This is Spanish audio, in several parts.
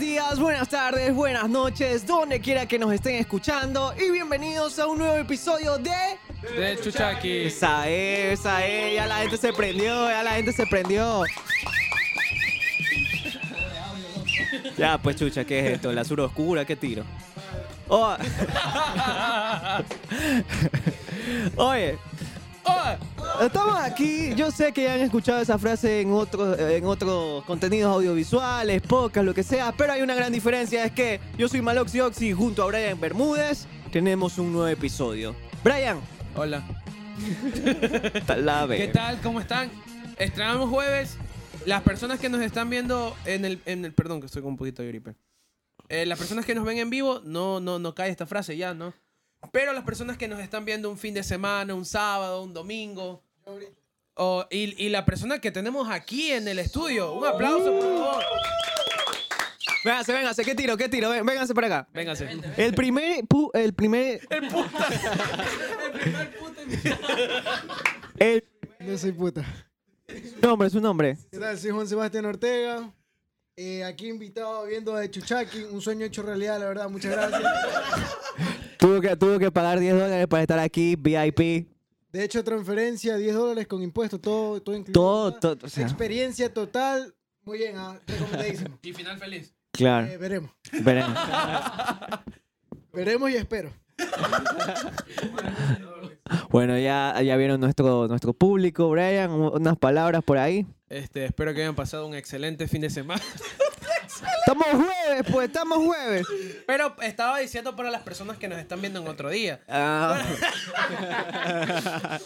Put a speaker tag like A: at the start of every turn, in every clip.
A: días, buenas tardes, buenas noches, donde quiera que nos estén escuchando y bienvenidos a un nuevo episodio de...
B: De Chuchaki.
A: Esa es, esa es, ya la gente se prendió, ya la gente se prendió. Ya, pues chucha, ¿qué es esto? ¿La sur oscura? ¿Qué tiro? Oh. Oye,
B: ¡Oye!
A: Estamos aquí, yo sé que ya han escuchado esa frase en otros en otros contenidos audiovisuales, podcast, lo que sea, pero hay una gran diferencia, es que yo soy Maloxi Oxy y junto a Brian Bermúdez tenemos un nuevo episodio. Brian,
B: Hola.
A: la
B: ¿Qué
A: vez.
B: tal? ¿Cómo están? Estrenamos jueves. Las personas que nos están viendo en el, en el perdón, que estoy con un poquito de gripe. Eh, las personas que nos ven en vivo, no, no, no cae esta frase ya, ¿no? Pero las personas que nos están viendo un fin de semana, un sábado, un domingo. o- y, y la persona que tenemos aquí en el estudio. Un aplauso, por favor.
A: Véngase, véngase, qué tiro, qué tiro, Ven- vénganse para acá.
B: Véngase.
A: El primer, pu- el primer,
B: El puta. El primer puta
A: el
C: No soy puta.
A: nombre, su nombre.
C: ¿Qué tal? Soy Juan Sebastián Ortega. Eh, aquí invitado viendo de Chuchaki, un sueño hecho realidad, la verdad. Muchas gracias.
A: Tuvo que, tuvo que pagar 10 dólares para estar aquí, VIP.
C: De hecho, transferencia, 10 dólares con impuestos, todo, todo incluido.
A: Todo, todo, o sea.
C: Experiencia total. Muy bien, ah, recomendadísimo.
B: Y final feliz.
A: Claro,
C: Eh, veremos.
A: veremos.
C: Veremos y espero.
A: Bueno, ya, ya vieron nuestro, nuestro público, Brian, u- unas palabras por ahí.
B: Este, espero que hayan pasado un excelente fin de semana.
A: Estamos jueves, pues, estamos jueves.
B: Pero estaba diciendo para las personas que nos están viendo en otro día.
A: Ah.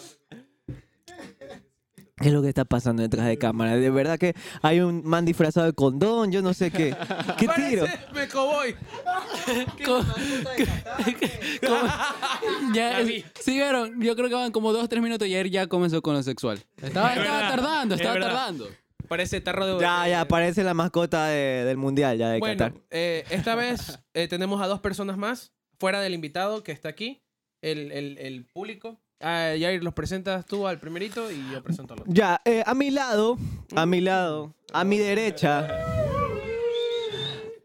A: ¿Qué es lo que está pasando detrás de cámara? De verdad que hay un man disfrazado de condón, yo no sé qué. ¿Qué tiro?
B: Parece- Me coboy.
D: Co- como- ya,
B: La vi.
D: sí, vieron, yo creo que van como dos, tres minutos y ayer ya comenzó con lo sexual. Estaba, estaba tardando,
B: es
D: estaba
B: verdad.
D: tardando.
B: Parece tarro de
A: Ya, ya, parece la mascota de- del mundial, ya de Qatar.
B: Bueno, eh, esta vez eh, tenemos a dos personas más, fuera del invitado que está aquí, el, el- el público. Ah, Jair, los presentas tú al primerito y yo presento al otro.
A: Ya, eh, a mi lado, a
E: Mm.
A: mi lado, a mi derecha,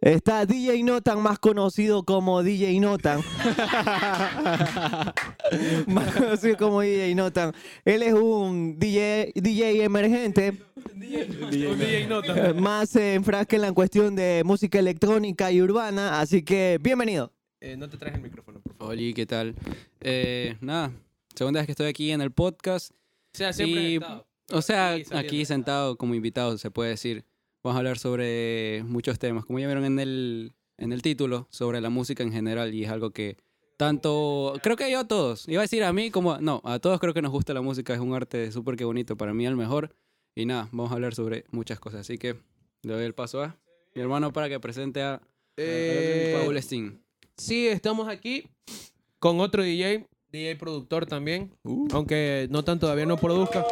A: está DJ Notan, más conocido como DJ Notan. más conocido como DJ Notan. Él es un DJ, DJ emergente,
B: Un DJ
A: eh,
B: Nota.
A: más eh, enfrasca en la cuestión de música electrónica y urbana, así que bienvenido.
B: Eh, no te traes el micrófono, por favor.
D: Oli, ¿qué tal? Eh, nada, segunda vez que estoy aquí en el podcast.
B: O sea, siempre
D: Y-
B: invitado.
D: O sea,
B: Aquí saliendo.
D: aquí sentado como invitado, se puede decir. Vamos a hablar sobre muchos temas. Como ya vieron en el, en el título, sobre la música en general, y es algo que tanto. Creo que yo a todos. Iba a decir a mí, como. No, a todos creo que nos gusta la música. Es un arte súper que bonito. Para mí, el mejor. Y nada, vamos a hablar sobre muchas cosas. Así que le doy el paso a mi hermano para que presente a
B: Eh,
D: Paul Sting.
B: Sí, estamos aquí con otro DJ, DJ productor también,
A: Uh.
B: aunque no tan todavía no produzca.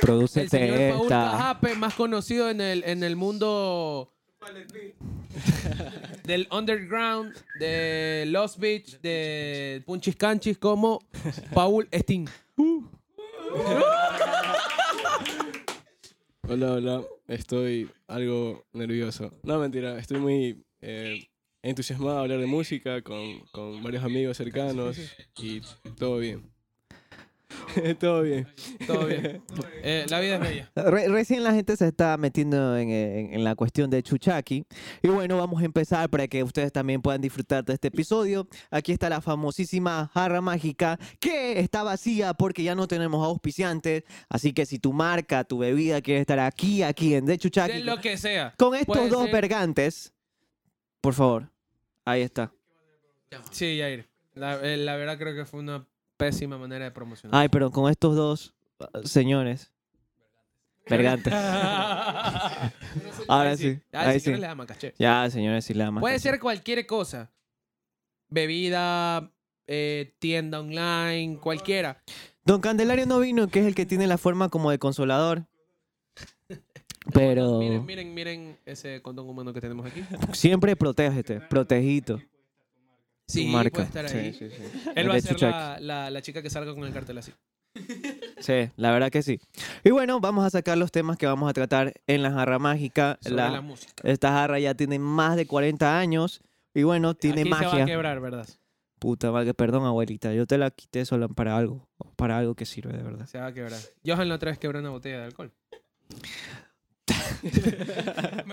A: Produce
B: El señor Paul
A: esta.
B: Cajape, más conocido en el, en el mundo del underground, de Los Beach, de Punchis Canchis, como Paul Sting.
E: Hola, hola. Estoy algo nervioso. No, mentira. Estoy muy eh, entusiasmado a hablar de música con, con varios amigos cercanos y todo bien. todo bien.
B: Todo bien. Eh, la vida es bella.
A: Re- recién la gente se está metiendo en, en- en la cuestión de Chuchaki. Y bueno, vamos a empezar para que ustedes también puedan disfrutar de este episodio. Aquí está la famosísima jarra mágica que está vacía porque ya no tenemos auspiciantes. Así que si tu marca, tu bebida quiere estar aquí, aquí en De
B: De
A: Chuchaki,
B: lo que sea.
A: con estos
B: puede
A: dos
B: ser-
A: vergantes, por favor, ahí está.
B: Sí, Jair. La, eh, la verdad creo que fue una pésima manera de promocionar.
A: Ay, pero con estos dos uh, señores. Vergantes. Ah. Ahora
B: Ay,
A: sí.
B: Ay,
A: Ahí
B: si quieres
A: sí.
B: le damos caché.
A: Ya, señores, sí la amas.
B: Puede ser cualquier cosa. Bebida, eh, tienda online, cualquiera.
A: Don Candelario no vino, que es el que tiene la forma como de consolador. Pero
B: Miren, miren, miren ese condón humano que tenemos aquí.
A: siempre protégete, protegito.
B: Sí,
A: tu marca.
B: puede estar ahí.
A: Sí, sí, sí.
B: Él va a
A: El de
B: ser
A: Chuchaki.
B: la, la- la chica que salga con el cartel así.
A: Sí, la verdad que sí. Y bueno, vamos a sacar los temas que vamos a tratar en la jarra mágica.
B: Sobre
A: La-
B: la música.
A: esta jarra ya tiene más de 40 años y bueno, tiene
B: Aquí se va a
A: magia.
B: quebrar, ¿verdad?
A: Puta madre, perdón abuelita, yo te la quité solo para algo, para algo que sirve de verdad.
B: Se va a quebrar. Johan la otra vez quebró una botella de alcohol. Me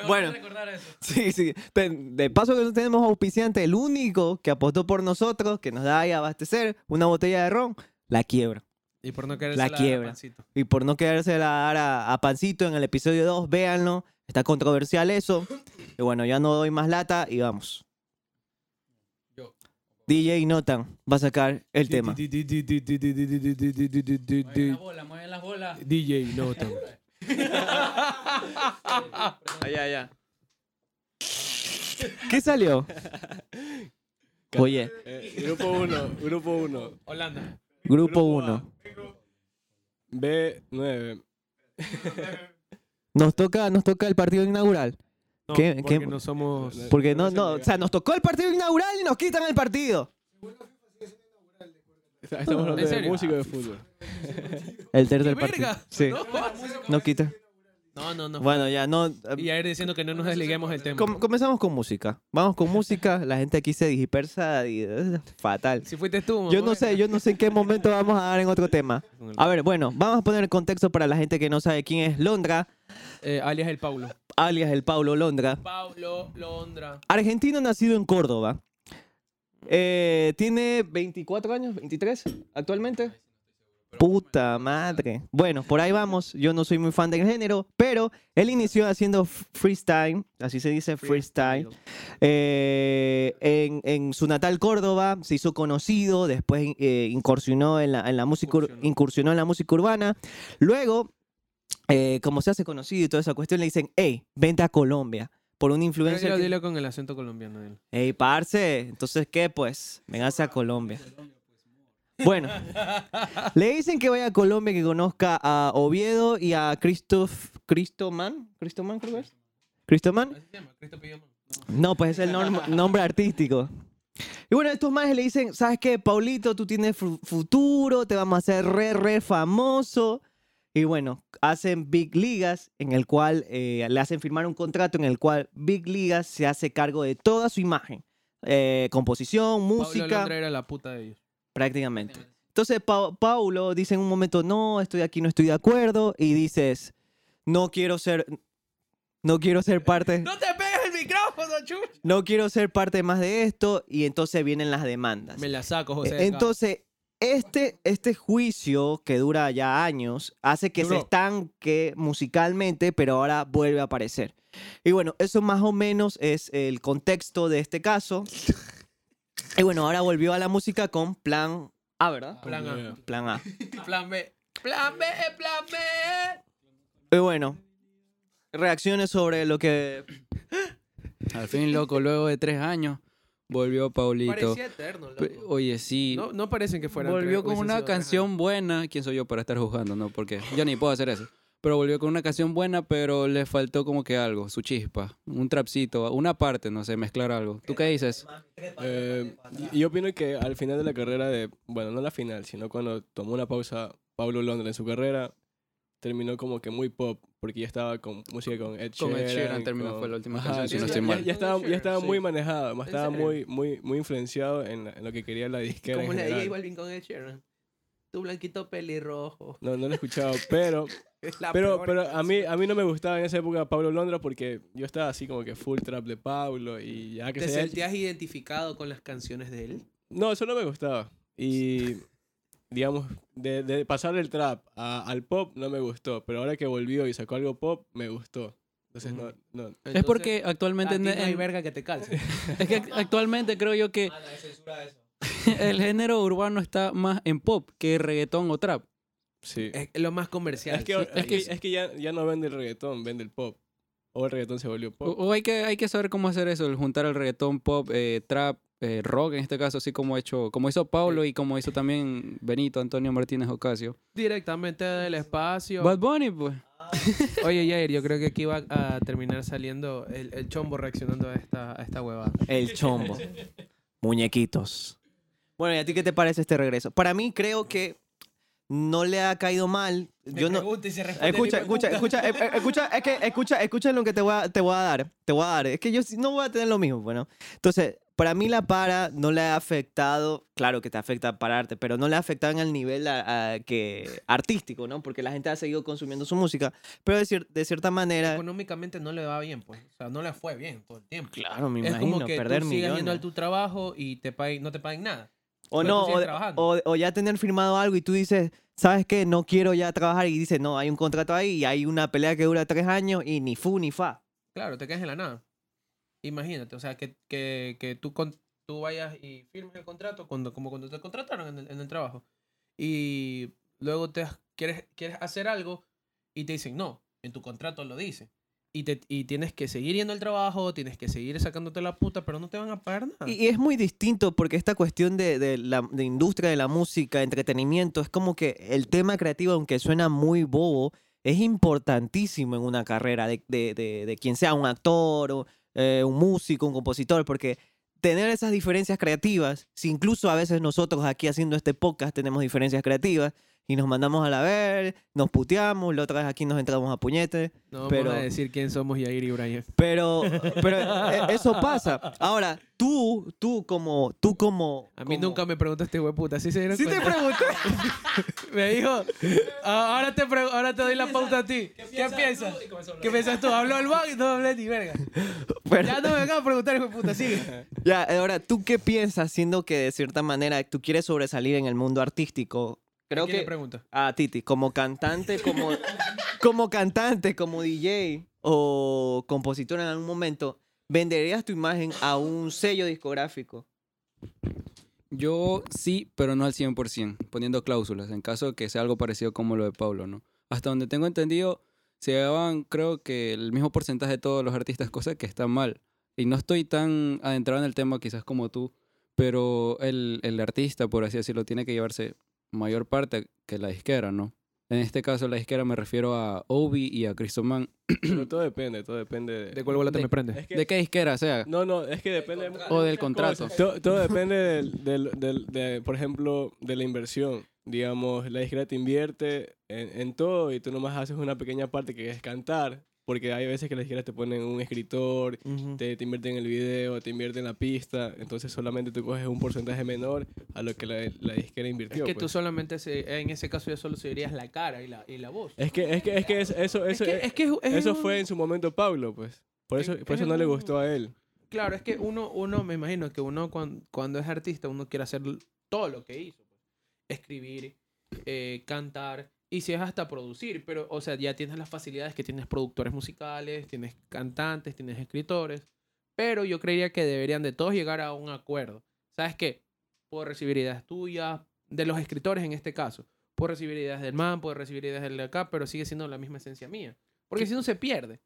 A: Bueno.
B: bueno. recordar eso.
A: Sí, sí. Te- De paso que no tenemos auspiciante, el único que apostó por nosotros, que nos da ahí a abastecer una botella de ron, la quiebra.
B: Y por no querer
A: La
B: se dar a
A: quiebra.
B: Pancito.
A: Y por no quedarse la dar a, a Pancito en el episodio 2, véanlo, está controversial eso. Y bueno, ya no doy más lata y vamos.
B: Yo.
A: DJ Notan va a sacar el tema.
D: Mueve las bolas, mueve las bolas.
E: DJ Notan.
B: Allá, allá.
A: ¿Qué salió? Oye,
E: Eh, grupo 1, grupo 1.
B: Holanda.
A: grupo
E: Grupo
A: 1.
E: B9.
A: Nos toca, nos toca el partido inaugural.
B: No,
A: ¿Qué-
B: porque
A: qué-
B: no somos...
A: Porque no, no, o sea, nos tocó el partido inaugural y nos quitan el partido.
E: Está- Estamos hablando de
B: serio?
E: música y de fútbol.
A: El tercer
B: ¡Qué
A: partido.
B: verga!
A: Sí.
B: No,
A: Nos quita.
B: no, no. no.
A: Bueno, ya no. eh,
B: Y ayer diciendo que no nos desliguemos del tema.
A: com- comenzamos con música. Vamos con música. La gente aquí se dispersa y eh, fatal.
B: Si fuiste tú,
A: Yo
B: mamá.
A: no sé, yo no sé en qué momento vamos a dar en otro tema. A ver, bueno, vamos a poner el contexto para la gente que no sabe quién es Londra,
B: Eh, alias el Paulo.
A: alias el Paulo Londra.
B: Paulo Londra.
A: Argentino nacido en Córdoba. Eh, tiene 24 años, 23 actualmente. Puta madre. Bueno, por ahí vamos. Yo no soy muy fan del género, pero él inició haciendo f- freestyle, así se dice freestyle, eh, en, en su natal Córdoba. Se hizo conocido, después eh, incursionó, en la, en la música, ur-
B: Incursionó.
A: incursionó en la música urbana. Luego, eh, como se hace conocido y toda esa cuestión, le dicen, hey, vente a Colombia por un influencer.
B: Dilo,
A: que-
B: dilo con el acento colombiano. dilo.
A: Ey, parce, entonces, ¿qué pues? Véngase a Colombia. Bueno, le dicen que vaya a Colombia, que conozca a Oviedo y a Christoph, Cristoman, Cristoman creo que es. Cristoman,
B: Así se llama, Cristo Pijama.
A: no, pues es el norm- nombre artístico. Y bueno, estos manes le dicen, ¿sabes qué, Paulito? Tú tienes fu- futuro, te vamos a hacer re, re famoso. Y bueno, hacen Big Ligas, en el cual eh, le hacen firmar un contrato en el cual Big Ligas se hace cargo de toda su imagen. Eh, composición,
B: Paulo
A: música,
B: Londra era la puta de ellos.
A: prácticamente. Entonces, Pau- Paulo dice en un momento, no, estoy aquí, no estoy de acuerdo. Y dices, no quiero ser, no quiero ser parte...
B: ¡No te pegues el micrófono, chuch!
A: no quiero ser parte más de esto y entonces vienen las demandas.
B: Me la saco, José.
A: Eh, entonces, este, este juicio que dura ya años hace que se
B: Duró.
A: este
E: Ah. Eh,
A: este no
D: eh, este pues.
A: le ha caído mal. Yo no,
B: Pregunta y se responde,
A: Escucha,
B: hijo de
A: escucha, escucha,
B: puta.
A: eh, eh, escucha, es que, escucha, escucha lo que te voy, a, te voy a dar, te voy a dar. Es que yo sí- no voy a tener lo mismo, bueno. Entonces, para mí la para no le ha afectado, claro que te afecta pararte, pero no le ha afectado en el nivel a- a que, artístico, ¿no? Porque la gente ha seguido consumiendo su música, pero de, cier- de cierta manera...
B: Económicamente no le va bien, pues. O sea, no le fue bien todo el tiempo.
A: Claro, me
B: es
A: imagino,
B: como que
A: perder
B: tú sigas yendo
A: millones.
B: a tu trabajo y te paguen- no te paguen nada.
A: O
B: Pero tú
A: no,
B: sigues
A: o,
B: trabajando.
A: o- o ya tener firmado algo y tú dices, ¿sabes qué? No quiero ya trabajar y dices, no, hay un contrato ahí y hay una pelea que dura tres años y ni fu ni fa.
B: Claro, te quedas en la nada. Imagínate, o sea, que, que, que tú, con, tú vayas y firmes el contrato cuando, como cuando te contrataron en el, en el trabajo. Y luego te, quieres, quieres hacer algo y te dicen, no, en tu contrato lo dice. Y, te, y tienes que seguir yendo al trabajo, tienes que seguir sacándote la puta, pero no te van a pagar nada.
A: Y, y es muy distinto porque esta cuestión de, de la de industria de la música, entretenimiento, es como que el tema creativo, aunque suena muy bobo, es importantísimo en una carrera de, de- de- de quien sea un actor, o, eh, un músico, un compositor, porque tener esas diferencias creativas, si incluso a veces nosotros aquí haciendo este podcast tenemos diferencias creativas y nos mandamos a la ver, nos puteamos, la otra vez aquí nos entramos a puñetes.
B: no
A: pero-
B: vamos a decir quién somos Yair y Brian.
A: Pero, pero eh, eso pasa. Ahora, tú, tú como, tú como.
B: A mí
A: como-
B: nunca me preguntó este hueputa, ¿sí se dieron
A: Sí te
B: cuenta?
A: pregunté.
B: Me dijo, "Ah, ahora te, pregu- ahora te doy la pauta a ti. ¿Qué piensas? ¿Qué piensas, tú? Habló el bug y no hablé ni verga.
A: Pero-
B: Ya no me acabo de preguntar, hijo de puta, sigue.
A: ya, ahora, ¿tú qué piensas siendo que de cierta manera tú quieres sobresalir en el mundo artístico? Creo
B: ¿Quién le
A: que
B: pregunta?
A: a Titi, como cantante, como, como cantante, como DJ o compositor en algún momento, ¿venderías tu imagen a un sello discográfico?
D: Yo sí, pero no al 100%, poniendo cláusulas, en caso de que sea algo parecido como lo de Pablo, ¿no? Hasta donde tengo entendido, se llevaban, creo que, el mismo porcentaje de todos los artistas, cosa que está mal. Y no estoy tan adentrado en el tema quizás como tú, pero el, el artista, por así decirlo, tiene que llevarse mayor parte que la disquera, ¿no? En este caso, la disquera me refiero a Obi y a Cristoman.
E: Pero todo depende, todo depende de...
B: ¿De cuál bola te
D: De-
B: me prende?
E: Es que-
D: ¿De qué disquera sea?
E: No, no, es que depende... de
D: O del
E: muchas
D: contrato.
E: cosas. Todo, todo depende del, del- del- de, por ejemplo, de la inversión. Digamos, la disquera te invierte en, en todo y tú nomás haces una pequeña parte que es cantar. Porque hay veces que las disqueras te ponen un escritor, te, te invierten en el video, te invierten en la pista. Entonces solamente tú coges un porcentaje menor a lo que la, la disquera
B: Es
E: invirtió.
B: que tú
E: pues.
B: solamente, se- en ese caso, ya solo seguirías la cara y la, y la voz.
E: Es que, es que, es que es- eso, eso,
B: que- que es- es
E: eso
B: un-
E: fue en su momento Pablo, pues. Por eso,
B: Es-
E: por
B: es
E: eso no
B: el
E: le
B: mundo.
E: gustó a él.
B: Claro, es que uno, uno me imagino que uno cuando, cuando es artista, uno quiere hacer todo lo que hizo. pues. Escribir, eh, cantar, y si es hasta producir, pero, o sea, ya tienes las facilidades que tienes productores musicales, tienes cantantes, tienes escritores, pero yo creería que deberían de todos llegar a un acuerdo. ¿Sabes qué? Puedo recibir ideas tuyas, de los escritores en este caso. Puedo recibir ideas del man, puedo recibir ideas del de acá, pero sigue siendo la misma esencia mía. Porque si no se pierde.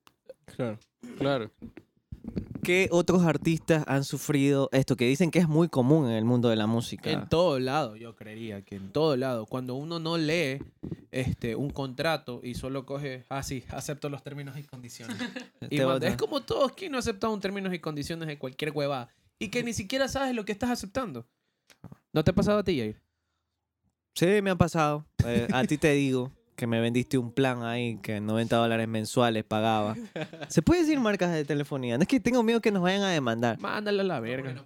E: Claro.
D: Claro.
A: ¿Qué otros artistas han sufrido esto que dicen que es muy común en el mundo de la música?
B: En todo lado, yo creería que en todo lado. Cuando uno no lee este, un contrato y solo coge, ah, sí, acepto los términos y condiciones.
A: Te
B: Y manda-
A: botan.
B: es como todos, ¿quién no acepta un términos y condiciones de cualquier huevada? Y que ni siquiera sabes lo que estás aceptando. ¿No te ha pasado a ti, Jair?
A: Sí, me ha pasado. Eh, a ti te digo que me vendiste un plan ahí que 90 dólares mensuales pagaba. ¿Se puede decir marcas de telefonía? No es que tengo miedo que nos vayan a demandar.
B: Mándale a la verga.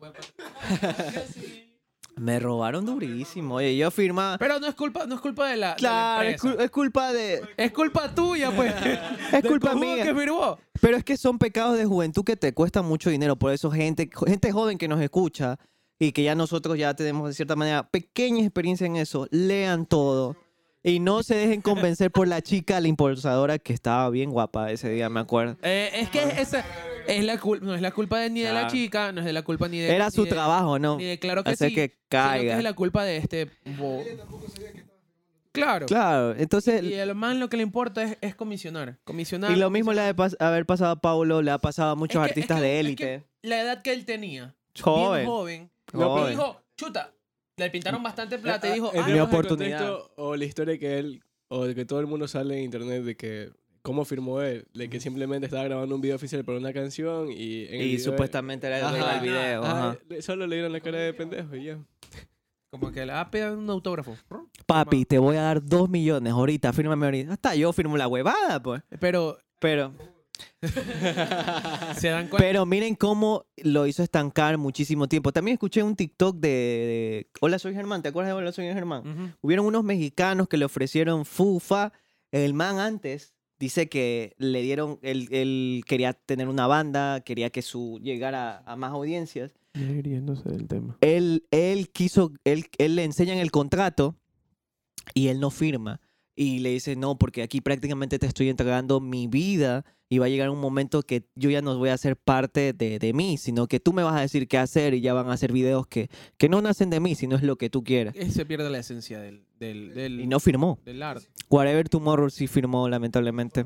A: Me robaron durísimo. Oye, yo firmaba...
B: Pero no es culpa, no es culpa de la. de la
A: Claro, es,
B: empresa.
A: cul- es culpa de...
B: es culpa tuya, pues.
A: Es
B: Del
A: culpa
B: cojudo
A: mía.
B: que firmó.
A: Pero es que son pecados de juventud que te cuestan mucho dinero. Por eso gente, gente joven que nos escucha y que ya nosotros ya tenemos de cierta manera pequeña experiencia en eso, lean todo. Y no se dejen convencer por la chica, la impulsadora, que estaba bien guapa ese día, me acuerdo.
B: Eh, es que esa es la cul- no es la culpa de, ni de la chica, no es de la culpa ni de.
A: Era
B: ni
A: su
B: de-
A: trabajo, ¿no?
B: Ni de claro que
A: Hacer
B: sí.
A: que
B: sino
A: caiga.
B: es la culpa de este. bo- Claro.
A: Claro, entonces...
B: Y el man lo que le importa es, es comisionar. Comisionar.
A: Y lo mismo le ha de pas- haber pasado a Paulo, le ha pasado a
B: Es
A: muchos
B: que- es
A: artistas
B: que-
A: de
B: es
A: élite.
B: que La edad que él tenía.
A: Joven.
B: Bien joven.
A: Joven.
B: Y dijo, chuta. Le pintaron bastante plata y dijo,
E: Ah, en
B: ah,
A: Mi
E: temas de
A: oportunidad.
E: contexto, o la historia que él, o de que todo el mundo sale en internet de que cómo firmó él, de que simplemente estaba grabando un video oficial para una canción y en el
A: Y
E: video-
A: supuestamente era el
E: Ajá,
A: rey del video.
E: ajá,
A: ajá.
E: le- solo le dieron la cara de pendejo y ya.
B: Como que le va a pedir un autógrafo.
A: Papi, te voy a dar dos millones ahorita, fírmame ahorita. Hasta yo firmo la huevada, pues.
B: Pero
A: Pero, Ah.
B: se dan cuenta.
A: pero miren cómo lo hizo estancar muchísimo tiempo. También escuché un TikTok de, de Hola soy Germán, ¿te acuerdas de Hola soy Germán?
B: Ujú.
A: Hubieron unos mexicanos que le ofrecieron fufa. El man antes dice que le dieron, él, él quería tener una banda, quería que su llegara a más audiencias.
E: Riéndose del tema.
A: Él, él quiso, él, él le enseñan el contrato y él no firma. Y le dice, no, porque aquí prácticamente te estoy entregando mi vida y va a llegar un momento que yo ya no voy a ser parte de, de mí, sino que tú me vas a decir qué hacer y ya van a hacer videos que, que no nacen de mí, sino es lo que tú quieras.
B: Eh, Se pierde la esencia del, del, del,
A: Y no firmó.
B: del arte.
A: Whatever Tomorrow sí firmó, lamentablemente.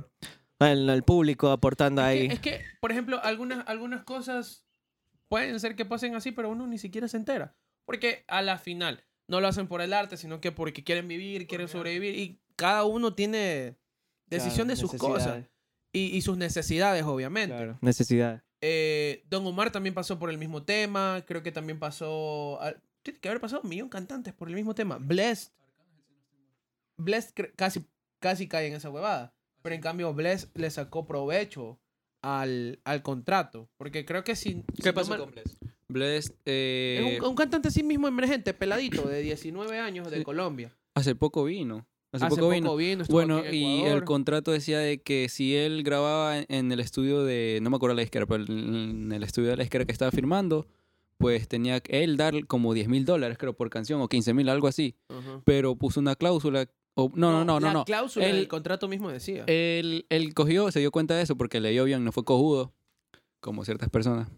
A: El, el público aportando ahí.
B: Es que, por ejemplo, algunas, algunas cosas pueden ser que pasen así, pero uno ni siquiera se entera. Porque a la final no lo hacen por el arte, sino que porque quieren vivir, quieren sobrevivir. Y cada uno tiene decisión de sus cosas y, y sus necesidades, obviamente.
A: Necesidad.
B: Eh, Don Omar también pasó por el mismo tema. Creo que también pasó. al- Tiene que haber pasado un millón cantantes por el mismo tema. Blessed. Blessed cre- casi, casi cae en esa huevada. Pero en cambio, Blessed le sacó provecho al, al contrato. Porque creo que si. si no mal-
D: Bless? Bless, eh,
B: Es un, un cantante así mismo emergente, peladito, de 19 años, de
D: Sí.
B: Colombia.
D: hace poco vino. Hace,
B: Hace,
D: poco, vino.
B: estuvo
D: Bueno,
B: aquí en
D: y el
B: Ecuador.
D: contrato decía de que si él grababa en- en el estudio de, no me acuerdo la disquera, pero en el estudio de la disquera que estaba firmando, pues tenía que él dar como 10 mil dólares, creo, por canción, o 15 mil, algo así.
B: Ajá.
D: Pero puso una cláusula, o, no, no, no, no,
B: La
D: no.
B: cláusula
D: El- eh,
B: del contrato mismo decía.
D: Él, él cogió, se dio cuenta de eso porque leyó bien, no fue cojudo, como ciertas personas.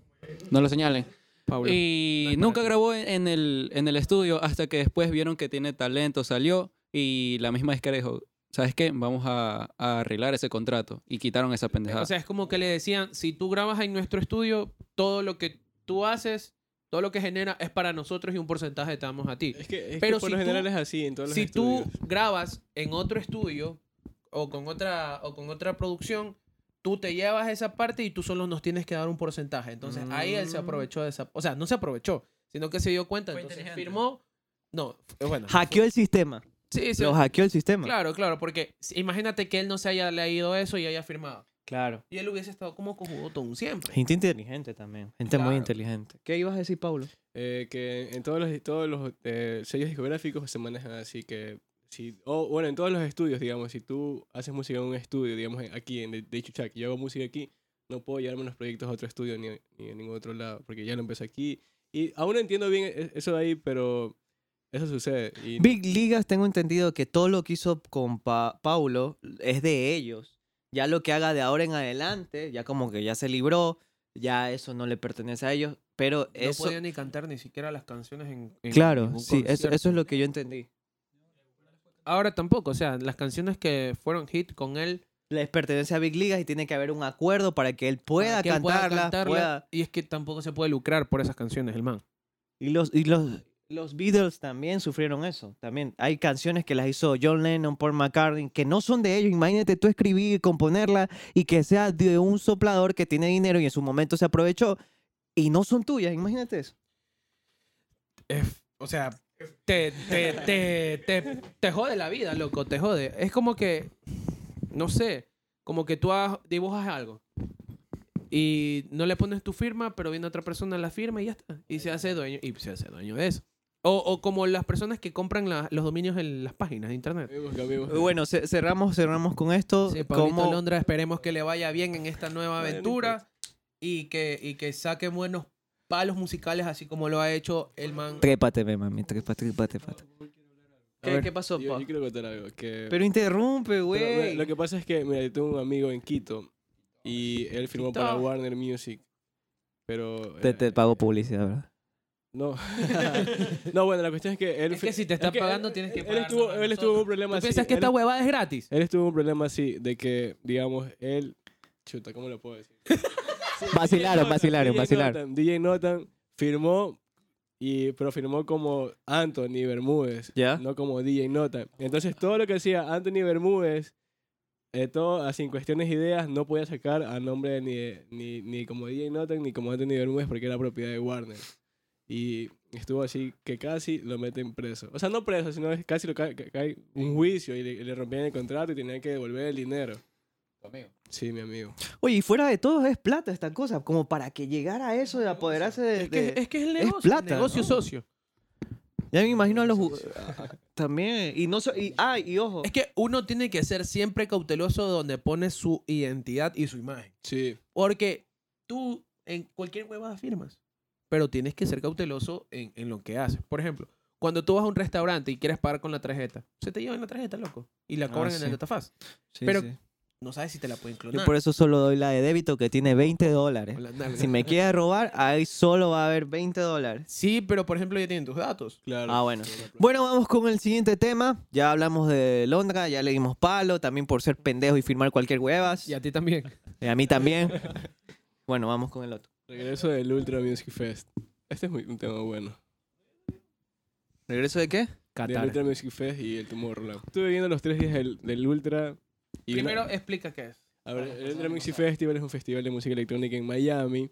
D: No lo señalen.
B: Pablo. No
D: Y
B: es para
D: nunca
B: ti.
D: grabó en- en el, en el estudio hasta que después vieron que tiene talento, salió y la misma disquera dijo, ¿sabes qué? Vamos a, a arreglar ese contrato. Y quitaron esa pendejada.
B: O sea, es como que le decían, si tú grabas en nuestro estudio, todo lo que tú haces, todo lo que genera es para nosotros y un porcentaje te damos a ti.
E: Es que, es
B: Pero
E: que por
B: si
E: lo general
B: tú-
E: es así en todos los
B: Si tú
E: estudios.
B: grabas en otro estudio o con otra o con otra producción, tú te llevas esa parte y tú solo nos tienes que dar un porcentaje. Entonces, ahí él se
E: Mm.
B: aprovechó de esa, o sea, no se aprovechó, sino que se dio cuenta, entonces firmó no, eh, bueno.
A: Hackeó el sistema.
B: Sí, sí.
A: Lo hackeó el sistema.
B: Claro, claro, porque si- imagínate que él no se haya leído eso y haya firmado.
A: Claro.
B: Y él hubiese estado como cojudotón siempre.
A: Gente inteligente también. Gente
B: Claro.
A: muy inteligente. ¿Qué ibas a decir, Paulo?
E: Eh, que en todos los, todos los eh, sellos discográficos se manejan así que... Si, o, bueno, en todos los estudios, digamos, si tú haces música en un estudio, digamos, en- aquí en de Chuchac, yo hago música aquí, no puedo llevarme los proyectos a otro estudio ni, ni a ningún otro lado, porque ya lo empecé aquí. Y aún no entiendo bien e- eso de ahí, pero eso sucede. Y
A: Big Ligas, tengo entendido que todo lo que hizo con Pa- Paulo es de ellos. Ya lo que haga de ahora en adelante, ya como que ya se libró, ya eso no le pertenece a ellos, pero
B: no
A: eso...
B: podía ni cantar ni siquiera las canciones en, en
A: Claro,
B: ningún
A: sí, eso,
B: concierto.
A: eso es lo que yo entendí.
B: Ahora tampoco, o sea, las canciones que fueron hit con él
A: les pertenece a Big Ligas y tiene que haber un acuerdo para que él pueda
B: para que él pueda
A: cantarlas.
B: cantarla,
A: pueda-
B: y es que tampoco se puede lucrar por esas canciones, el man.
A: Y, los, y los, los Beatles también sufrieron eso. También hay canciones que las hizo John Lennon, Paul McCartney, que no son de ellos. Imagínate tú escribir y componerla y que sea de un soplador que tiene dinero y en su momento se aprovechó y no son tuyas. Imagínate eso.
B: o sea, te, te, te, te, te jode la vida, loco, te jode. Es como que, no sé, como que tú haz- dibujas algo y no le pones tu firma, pero viene otra persona, la firma y ya está. Y se hace dueño, y se hace dueño de eso. O, o como las personas que compran la- los dominios en las páginas de internet.
E: Amigos, amigos.
A: Bueno, ce- cerramos, cerramos con esto.
B: Sí, Pablito
A: como
B: Londra, esperemos que le vaya bien en esta nueva
E: Bueno,
B: aventura y que, y que saque buenos palos musicales, así como lo ha hecho el man.
A: Trépate, ve, mami, trépate, trépate, trépate.
B: ¿Qué,
E: ver,
B: qué pasó,
E: yo,
B: pa?
E: yo quiero contar algo. Que...
A: Pero interrumpe,
E: Pero, mira,
A: güey.
E: lo que pasa es que, mira, yo tengo un amigo en Quito y él firmó
B: Quito.
E: para Warner Music. Pero.
A: Te,
E: eh,
A: te pago publicidad, ¿verdad?
E: No. no, bueno, la cuestión es que él.
B: Es
E: fir-
B: que si te están
E: él-
B: pagando, tienes que
E: él
B: pagarnos
E: Estuvo,
B: a
E: él estuvo en un
B: nosotros.
E: problema
B: ¿Tú
E: así.
B: piensas que
E: él,
B: esta huevada es gratis?
E: él estuvo en un problema así de que, digamos, él. Chuta, ¿cómo lo puedo decir?
A: Vacilaron, vacilaron,
E: DJ
A: vacilaron.
E: Notan, DJ Notan firmó. Y, pero firmó como Anthony Bermúdez,
A: ¿Ya?
E: no como DJ Notan. Entonces todo lo que hacía Anthony Bermúdez, eh, todo así en cuestiones de ideas, no podía sacar a nombre ni, de- ni, ni como DJ Notan ni como Anthony Bermúdez porque era propiedad de Warner. Y estuvo así que casi lo meten preso. O sea, no preso, sino es casi lo ca- ca- cae un juicio y le, le rompían el contrato y tenían que devolver el dinero. Sí, mi amigo.
A: Oye, y fuera de todo es plata esta cosa, como para que llegara a eso de apoderarse de...
B: Es que,
A: de-
B: es que es el
A: es
B: negocio.
A: plata,
B: negocio
A: ¿no?
B: socio.
A: Ya me imagino a los... ju- También, y no so- y, ah, y ojo.
B: Es que uno tiene que ser siempre cauteloso donde pone su identidad y su imagen.
E: Sí.
B: Porque tú en cualquier huevada firmas, pero tienes que ser cauteloso en, en lo que haces. Por ejemplo, cuando tú vas a un restaurante y quieres pagar con la tarjeta, se te llevan la tarjeta, loco, y la
E: Ah,
B: cobran en
E: sí.
B: el datafaz.
A: Sí,
B: pero-
A: sí.
B: No sabes si te la pueden clonar.
A: Yo por eso solo doy la de débito que tiene 20 dólares.
B: O la nalga.
A: Si me quieres robar, ahí solo va a haber 20 dólares.
B: Sí, pero por ejemplo ya tienen tus datos.
E: Claro.
A: Ah, bueno. Bueno, vamos con el siguiente tema. Ya hablamos de Londra, ya le dimos palo, también por ser pendejo y firmar cualquier huevas.
B: Y a ti también.
A: Y a mí también. Bueno, vamos con el otro.
E: Regreso del Ultra Music Fest. Este es muy- un tema bueno.
A: ¿Regreso de qué?
E: Del Ultra Music Fest y el Tomorrowland. Estuve viendo los tres días del, del Ultra. Y una-
B: Primero explica qué es.
E: A ver, el Ultra Music Festival es un festival de música electrónica en Miami,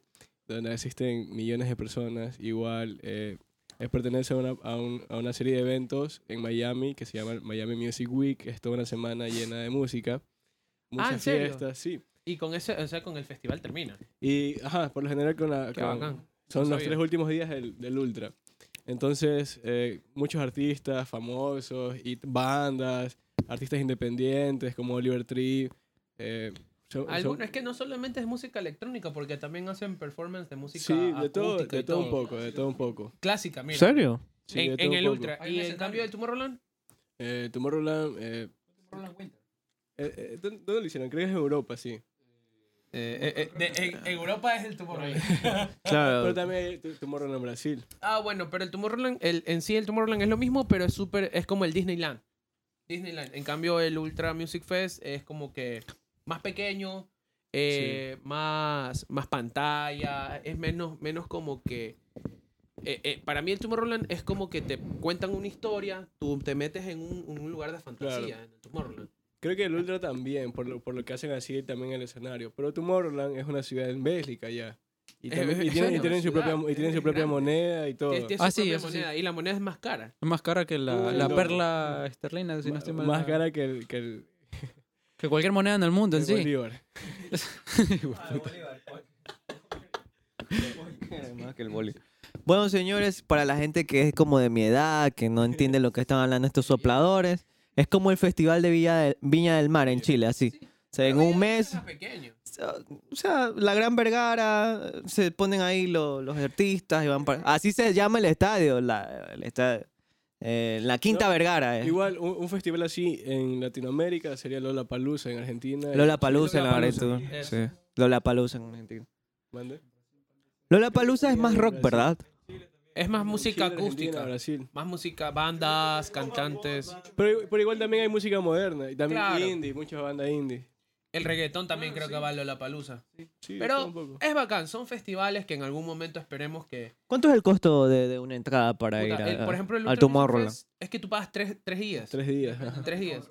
E: donde asisten millones de personas. Igual eh, es pertenecer a una, a un- a una serie de eventos en Miami que se llama el Miami Music Week. Es toda una semana llena de música. Muchas
B: Ah, ¿en serio?
E: fiestas, sí.
B: Y con ese, o sea, con el festival termina.
E: Y, ajá, por lo general con la...
B: Qué
E: con-
B: bacán.
E: son
B: No
E: los
B: sabía.
E: tres últimos días del, del Ultra. Entonces, eh, muchos artistas famosos y t- bandas, artistas independientes como Oliver Tree. Eh, son- son-
B: Algunos, es que no solamente es música electrónica, porque también hacen performance de música
E: sí, de todo,
B: acústica y
E: de todo un poco, de todo un poco.
B: Clásica, mira.
A: serio?
E: Sí,
B: en
E: de todo
B: en
E: un
B: el
E: poco.
B: Ultra. ¿Y en cambio del Tomorrowland?
E: Eh, Tomorrowland... Eh, eh, eh, ¿dó- ¿Dónde lo hicieron? Creo que es Europa, sí.
B: Eh, en, Europa es el Tomorrowland.
E: Pero
A: Claro.
E: también hay tu- Tomorrowland Brasil.
B: ah, bueno, pero el Tomorrowland, el, en sí el Tomorrowland es lo mismo, pero es súper, es como el Disneyland. Disneyland. En cambio, el Ultra Music Fest es como que más pequeño, eh, más, más pantalla, es menos, menos como que... eh, eh, para mí el Tomorrowland es como que te cuentan una historia, tú te metes en un, un lugar de fantasía
E: Claro.
B: en el Tomorrowland.
E: Creo que el Ultra también, por lo, por lo que hacen así también el escenario. Pero Tomorrowland es una ciudad en Bélgica ya. Y,
B: Es-
E: también- y
B: es
E: tienen, y
B: una
E: tienen su
B: ciudad,
E: propia, y tienen su
B: es
E: propia
B: grande.
E: moneda y todo.
B: Tienes- tienes
D: Ah,
B: su
D: sí,
B: propia
D: eso sí.
B: moneda, Y la moneda es más cara.
D: Es más cara que la,
E: Uy,
D: la
E: loco.
D: perla esterlina, si no
E: Ma-
D: estoy mal.
B: ah.
E: Más cara que el, que el,
D: Que cualquier moneda en el mundo
E: que
D: en
E: el
D: sí.
E: Bolívar.
A: Bueno, señores, para la gente que es como de mi edad, que no entiende lo que están hablando estos sopladores, es como el Festival de Villa del- Viña del Mar en Chile, así. O sea, en un mes,
B: Más pequeño.
A: o sea, la Gran Vergara, se ponen ahí lo- los artistas y van para... Así se llama el estadio, la, el estadio. Eh, la Quinta
E: No,
A: Vergara. Eh.
E: Igual, un, un festival así en Latinoamérica sería Lola Palusa en Argentina.
B: eh,
A: Lola Palusa en la
B: Lollapalooza,
A: verdad.
B: ¿no?
A: Sí. Lola Palusa en Argentina.
E: Mande.
A: Lola Palusa es más rock,
E: Brasil.
A: ¿verdad?
B: Es más música
E: Chile, Argentina,
B: acústica.
E: Brasil.
B: Más música, bandas, cantantes.
E: Pero, pero igual también hay música moderna. Y también
B: Claro.
E: indie, muchas bandas indie.
B: El reggaetón también creo que va a la palusa.
E: Sí, todo
B: Pero
E: un poco.
B: es bacán, son festivales que en algún momento esperemos que.
A: ¿Cuánto es el costo de, de una entrada para ir
B: Puta,
A: a,
B: el- por ejemplo, el
A: al
B: Ultra
A: Tomorrowland?
B: Music Fest Es que tú pagas tres, tres días.
E: Tres días. ajá.
B: Tres días.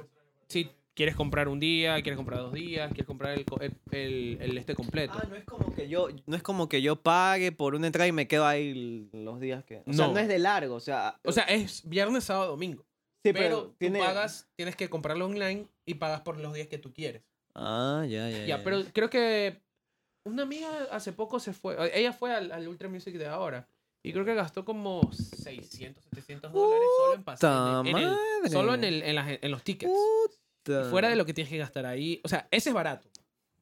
B: Si quieres comprar un día, quieres comprar dos días, quieres comprar el, co- el, el- el este completo.
A: Ah, no es como que yo, no es como que yo pague por una entrada y me quedo ahí l- los días que. O sea,
B: No.
A: no es de largo, o sea.
B: O sea, es viernes, sábado, domingo.
A: sí,
B: pero tú pagas, tienes que comprarlo online y pagas por los días que tú quieres.
A: Ah, ya, ya.
B: Ya, pero creo que una amiga hace poco se fue. Ella fue al, al Ultra Music de ahora. Y creo que gastó como 600, 700 dólares solo en pasaje. En el-
A: madre.
B: solo en, el, en, las- en los tickets.
A: Puta.
B: Y Fuera de lo que tienes que gastar ahí. O sea, ese es barato.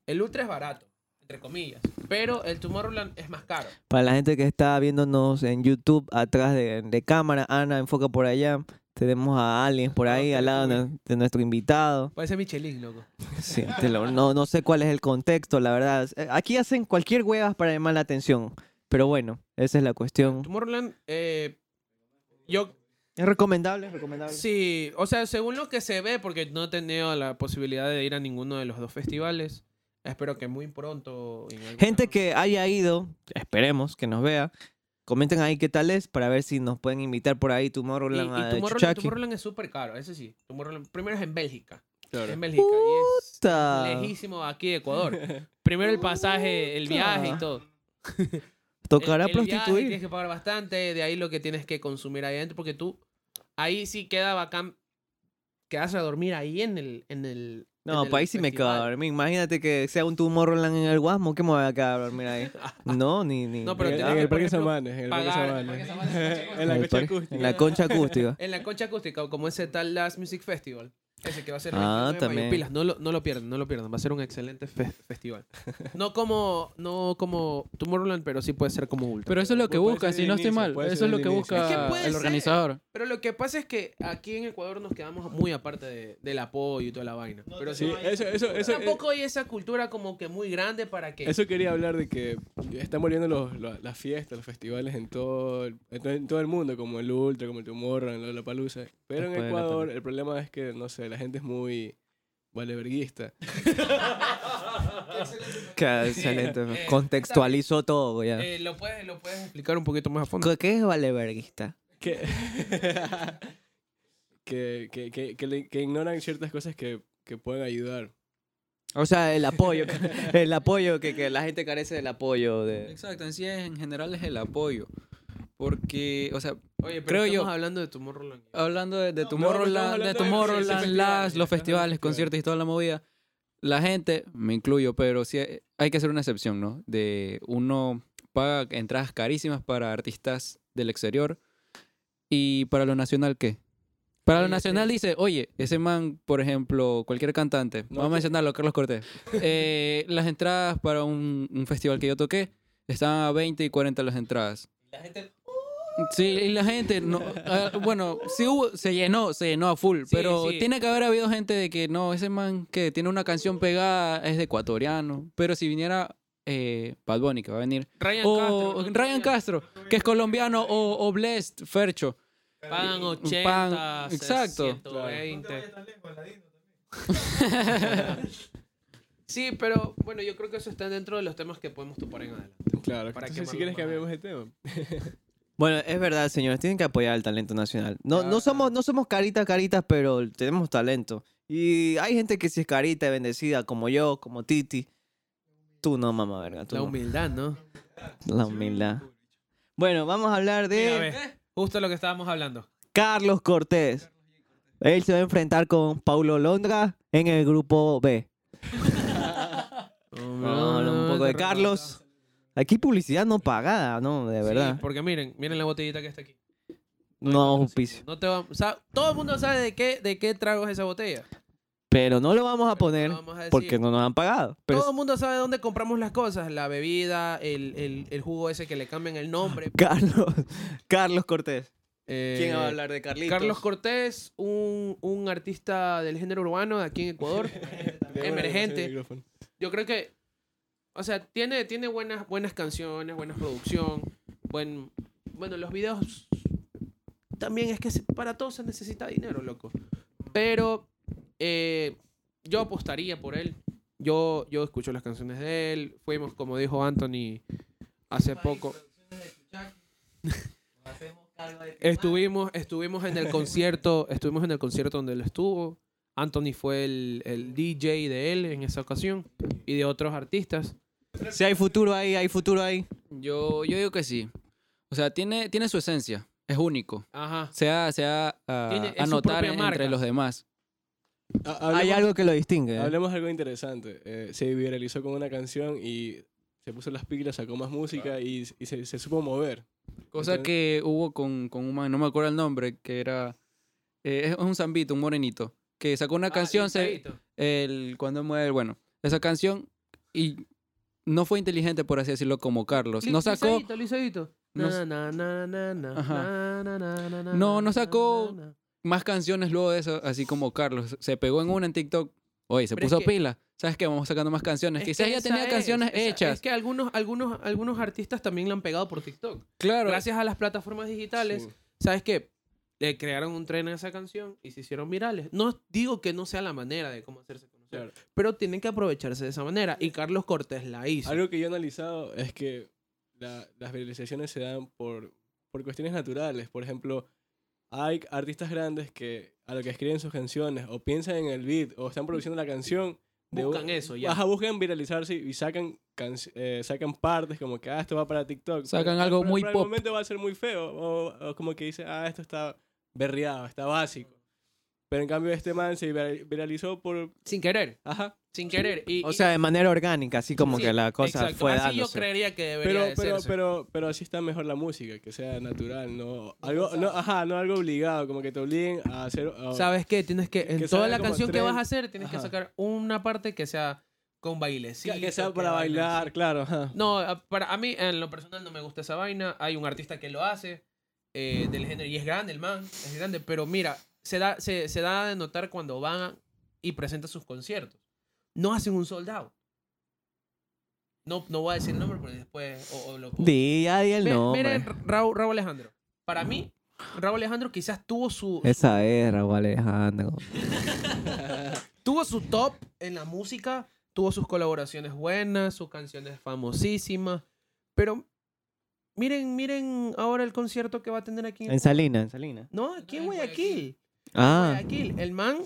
B: El Ultra es barato, entre comillas. Pero el Tomorrowland es más caro.
A: Para la gente que está viéndonos en YouTube, atrás de, de cámara, Ana, enfoca por allá. Tenemos a Aliens por ahí, al lado de, de nuestro invitado.
B: Parece Michelin, loco.
A: Sí, te lo- no, no sé cuál es el contexto, la verdad. Eh, Aquí hacen cualquier huevas para llamar la atención. Pero bueno, esa es la cuestión.
B: Tomorrowland, eh, yo
A: Es recomendable, es recomendable.
B: Sí, o sea, según lo que se ve, porque no he tenido la posibilidad de ir a ninguno de los dos festivales. Espero que muy pronto. en algún-
A: Gente que haya ido, esperemos que nos vea. Comenten ahí qué tal es para ver si nos pueden invitar por ahí
B: Y, y
A: Tomorrowland ah, a
B: Tomorrowland,
A: Chuchaki.
B: Tomorrowland es súper caro, ese sí. Tomorrowland- primero es en Bélgica.
E: Claro.
B: En Bélgica. Y es
A: Puta.
B: lejísimo aquí de Ecuador. Primero el pasaje, el viaje y todo.
A: Tocará
B: el- el viaje
A: prostituir.
B: tienes que pagar bastante, de ahí lo que tienes que consumir ahí adentro, porque tú ahí sí queda bacán quedarse a dormir ahí en el. En el
A: No,
B: en el
A: para ahí sí me quedo a
B: festival.
A: dormir. Imagínate que sea un Tomorrowland en el Guasmo, ¿qué me voy a quedar a dormir ahí? No, ni. ni
B: No, pero
A: ni
E: en,
B: te
E: el-
A: nada.
B: vas
E: en
B: a,
E: el
B: por
E: Parque
B: ejemplo,
E: Samanes, en el Parque
B: pagar-
E: Samanes.
B: Parque Samanes,
E: En la
A: En el
E: cocha
A: parque-
E: acústica.
A: En la concha acústica.
B: En la concha acústica, como ese tal Last Music Festival. Ese que va a ser el
A: Ah,
B: 29 de mayo.
A: también.
B: Pilas, no lo, no lo pierdan, no lo pierdan. Va a ser un excelente fe- festival. No como, no como Tomorrowland, pero sí puede ser como Ultra.
D: Pero eso es lo que
E: Puede
D: busca,
E: ser
D: si
E: el
D: no estoy
E: inicio,
D: mal.
E: puede
D: Eso
E: ser
D: es lo
E: el
D: que
E: inicio.
D: busca
B: Es que puede
D: el
B: ser.
D: organizador.
B: Pero lo que pasa es que aquí en Ecuador nos quedamos muy aparte de- del apoyo y toda la vaina. pero
E: Sí,
B: sí,
E: eso, eso, eso,
B: tampoco hay esa cultura como que muy grande para que...
E: Eso quería hablar de que están volviendo los- los- las fiestas, los festivales en todo, el, en todo- en todo el mundo, como el Ultra, como el Tumorra, en la Palusa. Pero en
A: Después de
E: Ecuador el problema es que, no sé, la gente es muy valeverguista.
A: Qué excelente. Contextualizó todo, ya.
B: Eh, lo, puedes, lo puedes explicar un poquito más a fondo.
A: ¿Qué- ¿Qué es valeverguista?
E: Que, que, que, que, que le- que ignoran ciertas cosas que, que pueden ayudar.
A: O sea, el apoyo. El apoyo, que, que la gente carece del apoyo. De...
D: Exacto, en sí es- en general es el apoyo. Porque, o sea,
B: Oye, pero
D: creo
B: estamos
D: yo- Ah,
B: hablando de Tomorrowland.
D: Hablando de, de
E: No,
D: Tomorrowland,
E: no,
D: de
E: estamos hablando de- sí, sí,
D: Tomorrowland,
E: festivales,
D: las, los festivales,
E: ajá, festivales.
D: conciertos y toda la movida, la gente, me incluyo, pero sí hay- hay que hacer una excepción, ¿no? De uno paga entradas carísimas para artistas del exterior y para lo nacional, ¿qué? Para lo
B: Oye,
D: nacional dice, oye, ese man, por ejemplo, cualquier cantante,
E: No,
D: vamos a
E: que-
D: mencionarlo, Carlos Cortés, eh, las entradas para un, un festival que yo toqué estaban a 20 y 40 las entradas. Sí,
B: ¡oh!
D: y la gente, no, ah, bueno, sí hubo, se llenó, se llenó a full,
B: Sí,
D: pero
B: sí.
D: tiene que haber habido gente de que no, ese man que tiene una canción pegada es de ecuatoriano, pero si viniera eh, Bad Bunny, que va a venir,
B: Ryan
D: o
B: Castro.
D: Ryan Castro, que es colombiano, o, o Blessed, Fercho,
B: Pagan 80,
D: Pan-
B: exacto.
D: exacto.
B: 120. sí, pero bueno, yo creo que eso está dentro de los temas que podemos topar en adelante.
E: Claro,
B: Para
E: entonces si
B: quemarlo
E: quieres
B: más.
E: cambiamos de tema.
A: Bueno, es verdad, señores. Tienen que apoyar al talento nacional. No,
E: Claro.
A: no, somos, no somos caritas, caritas, pero tenemos talento. Y hay gente que sí es carita, y bendecida, como yo, como Titi. Tú no, mamá verga. Tú
B: La
A: no.
B: humildad, ¿no?
A: La humildad. Bueno, vamos a hablar
B: Mira,
A: de
B: ve, justo lo que estábamos hablando.
A: Carlos Cortés. Él se va a enfrentar con Paulo Londra en el grupo B.
B: Ah,
A: Vamos a hablar un poco de Carlos. Aquí publicidad no pagada, ¿no? De
B: Sí,
A: verdad.
B: porque miren, miren la botellita que está aquí.
A: No, auspicio.
B: No te va- o sea, todo el mundo sabe de qué, de qué trago es esa botella.
A: Pero no lo vamos a poner
B: No vamos a decir.
A: porque no nos han pagado. Pero
B: todo el mundo sabe dónde compramos las cosas. La bebida, el, el- el jugo ese que le cambian el nombre.
A: Carlos, Carlos Cortés.
B: Eh,
A: de Carlitos?
B: Carlos Cortés, un, un artista del género urbano de aquí en Ecuador. Emergente. Yo creo que, o sea, tiene, tiene buenas, buenas canciones, buena producción, buen, bueno, los videos también es que se- para todo se necesita dinero, loco. Pero eh, yo apostaría por él. Yo, yo escucho las canciones de él. Fuimos, como dijo Anthony hace poco. Estuvimos, estuvimos en el concierto, estuvimos en el concierto donde él estuvo. Anthony fue el, el DJ de él en esa ocasión y de otros artistas.
A: Si hay futuro ahí, hay futuro ahí.
D: yo, yo digo que sí, o sea, tiene, tiene su esencia, es único,
B: Ajá.
D: se ha, se ha ah,
B: Tiene- es su
D: a notar
B: propia marca.
D: entre los demás.
A: Hay algo que lo distingue. ¿eh?
E: Hablemos algo interesante. Eh, se viralizó con una canción y se puso las pilas, sacó más música y, y se, se supo mover.
D: Cosa
E: Entonces-
D: que hubo con, con un man, no me acuerdo el nombre, que era. eh, es un zambito, un morenito, que sacó
B: Ah,
D: una canción, se, el Cuando mueve el bueno. Esa canción, y no fue inteligente, por así decirlo, como Carlos. pues, No sacó,
B: Lisadito, lisadito.
D: no
B: Na,
D: s-
B: na, na, na, na,
D: Ajá.
B: na, na, na, na, na,
D: No,
B: na,
D: no sacó
B: na, na, na.
D: más canciones luego de eso, así como Carlos. Se pegó en una en TikTok. Oye, se
B: Pero es
D: puso
B: que-
D: pila. ¿Sabes qué? Vamos sacando más canciones.
B: Es
D: Quizás
B: que
D: ya
B: esa
D: tenía
B: es,
D: canciones
B: esa-
D: hechas.
B: Es que algunos, algunos, algunos artistas también la han pegado por TikTok.
D: claro.
B: Gracias a las plataformas digitales,
E: Sí.
B: ¿sabes qué? Le crearon un tren a esa canción y se hicieron virales. No digo que no sea la manera de cómo hacerse conocer,
E: Claro.
B: pero tienen que aprovecharse de esa manera. Y Carlos Cortés la hizo.
E: Algo que yo he analizado es que la- las viralizaciones se dan por, por cuestiones naturales. Por ejemplo, hay artistas grandes que a lo que escriben sus canciones o piensan en el beat o están produciendo la canción de
B: Buscan
E: un-
B: eso ya.
E: Ajá, buscan viralizarse y sacan, canc- eh, sacan partes como que, ah, esto va para TikTok.
D: Sacan algo
E: Pero
D: muy
E: por
D: pop.
E: el momento va a ser muy feo. O, o como que dice, ah, esto está berreado, está básico. Pero en cambio este man se vira- viralizó por...
B: Sin querer,
E: Ajá.
B: sin querer. Y,
A: O sea, de manera orgánica, así como
B: Sí,
A: que la cosa
B: exacto.
A: fue
B: Así
A: dándose.
B: yo creería que debería
E: Pero,
B: de
E: pero,
B: serse.
E: pero, pero así está mejor la música, que sea natural, no algo, no, ajá, no algo obligado, como que te obliguen a hacer... a-
B: ¿Sabes qué? Tienes que, en
E: que
B: toda
E: sea
B: la
E: como
B: canción que
E: tren.
B: vas a hacer, tienes que
E: Ajá.
B: sacar una parte que sea con bailecito.
E: que, que sea para
B: vaina así.
E: bailar, claro, ajá.
B: No, a- para a mí en lo personal no me gusta esa vaina. Hay un artista que lo hace eh, del género y es grande el man, es grande, pero mira, se da, se, se da de notar cuando van y presentan sus conciertos. No hacen un sold out. No, no voy a decir el nombre porque después... O, o lo, o-
A: Di ahí el
B: Mi-
A: nombre.
B: Miren, Raúl, Raúl Alejandro. Para mí, Raúl Alejandro quizás tuvo su,
A: Esa es Raúl Alejandro.
B: tuvo su top en la música, tuvo sus colaboraciones buenas, sus canciones famosísimas, pero miren, miren ahora el concierto que va a tener aquí. en-
A: En Salina, en Salina.
B: No, aquí en Guayaquil.
A: Ah,
B: Guayaquil. El man,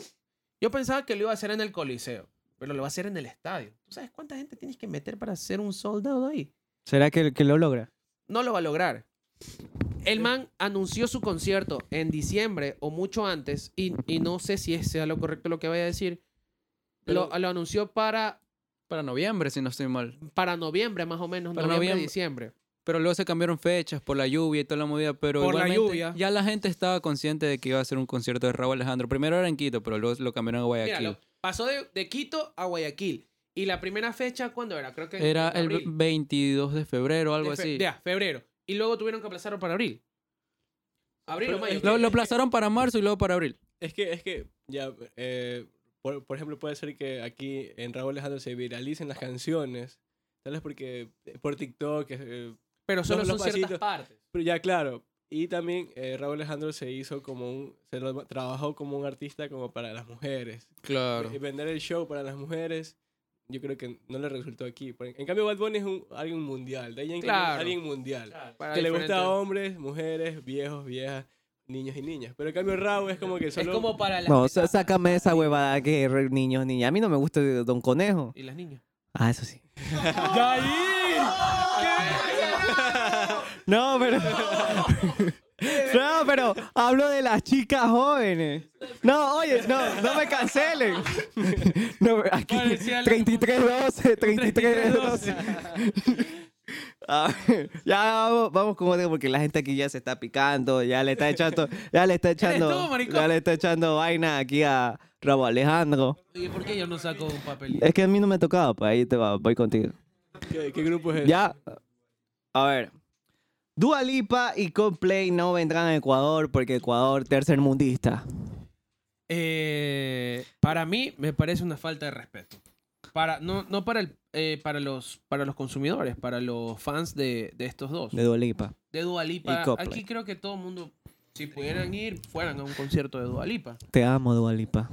B: yo pensaba que lo iba a hacer en el Coliseo, pero lo va a hacer en el estadio. ¿Tú sabes cuánta gente tienes que meter para hacer un soldado ahí?
A: ¿será que, que lo logra?
B: no lo va a lograr. El man anunció su concierto en diciembre o mucho antes, y, y no sé si es- sea lo correcto lo que vaya a decir. Lo, lo anunció para,
D: Para noviembre, si no estoy mal.
B: para noviembre, más o menos,
D: Para
B: noviembre,
D: noviembre.
B: diciembre.
D: Pero luego se cambiaron fechas por la lluvia y toda la movida, pero
B: Por la
D: igualmente
B: lluvia.
D: ya la gente estaba consciente de que iba a ser un concierto de Raúl Alejandro. Primero era en Quito, pero luego lo cambiaron a Guayaquil.
B: Míralo, pasó de, de Quito a Guayaquil. Y la primera fecha, ¿cuándo era? Creo que en-
D: Era
B: en
D: el
B: abril.
D: 22 de febrero o algo
B: De fe-
D: así.
B: Ya, febrero. Y luego tuvieron que aplazarlo para abril. Abril o mayo.
D: Lo, lo aplazaron para marzo y luego para abril.
E: Es que, es que, ya, eh, por, por ejemplo, puede ser que aquí en Raúl Alejandro se viralicen las canciones, tal vez porque eh, por TikTok, eh,
B: pero solo
E: los- los
B: son ciertas
E: pasitos.
B: partes.
E: pero ya claro. Y también eh, Raúl Alejandro se hizo como un, se lo trabajó como un artista como para las mujeres.
D: Claro.
E: Y vender el show para las mujeres, yo creo que no le resultó aquí. Por- En cambio, Bad Bunny es un, alguien mundial, de ahí en que-
B: Claro.
E: alguien mundial.
B: Para
E: Que le gusta a
B: diferentes-
E: hombres, mujeres, viejos, viejas, niños y niñas. Pero en cambio Raúl es como que
B: Es
E: solo...
B: como para las
A: No, sa-
B: niñas
A: sácame esa huevada que re- niños, niña. A mí no me gusta Don Conejo.
B: Y las niñas.
A: Ah, eso sí.
E: ¡Yair!
A: No, pero. No, pero hablo de las chicas jóvenes. No, oye, no, no me cancelen. No, aquí
B: Parecía la-
A: 3312, 3312. Ah, ya vamos, vamos como digo, porque la gente aquí ya se está picando, ya le está echando, ya le está
B: tú,
A: echando,
B: maricón.
A: ya le está echando vaina aquí a Rabo Alejandro.
B: Oye, ¿por qué yo no saco un papelito?
A: Es que a mí no me tocaba, pues ahí te va, voy contigo.
E: ¿Qué, qué grupo es ese?
A: Ya. A ver. Dua Lipa y Coldplay no vendrán a Ecuador porque Ecuador tercermundista.
B: Eh, para mí me parece una falta de respeto. Para, no no para, el, eh, para, los, para los consumidores, para los fans de, de estos dos.
A: De Dua Lipa.
B: De Dua Lipa.
A: Y Coldplay.
B: Aquí creo que todo el mundo, si pudieran ir, fueran a un concierto de Dua Lipa.
A: Te amo, Dua Lipa.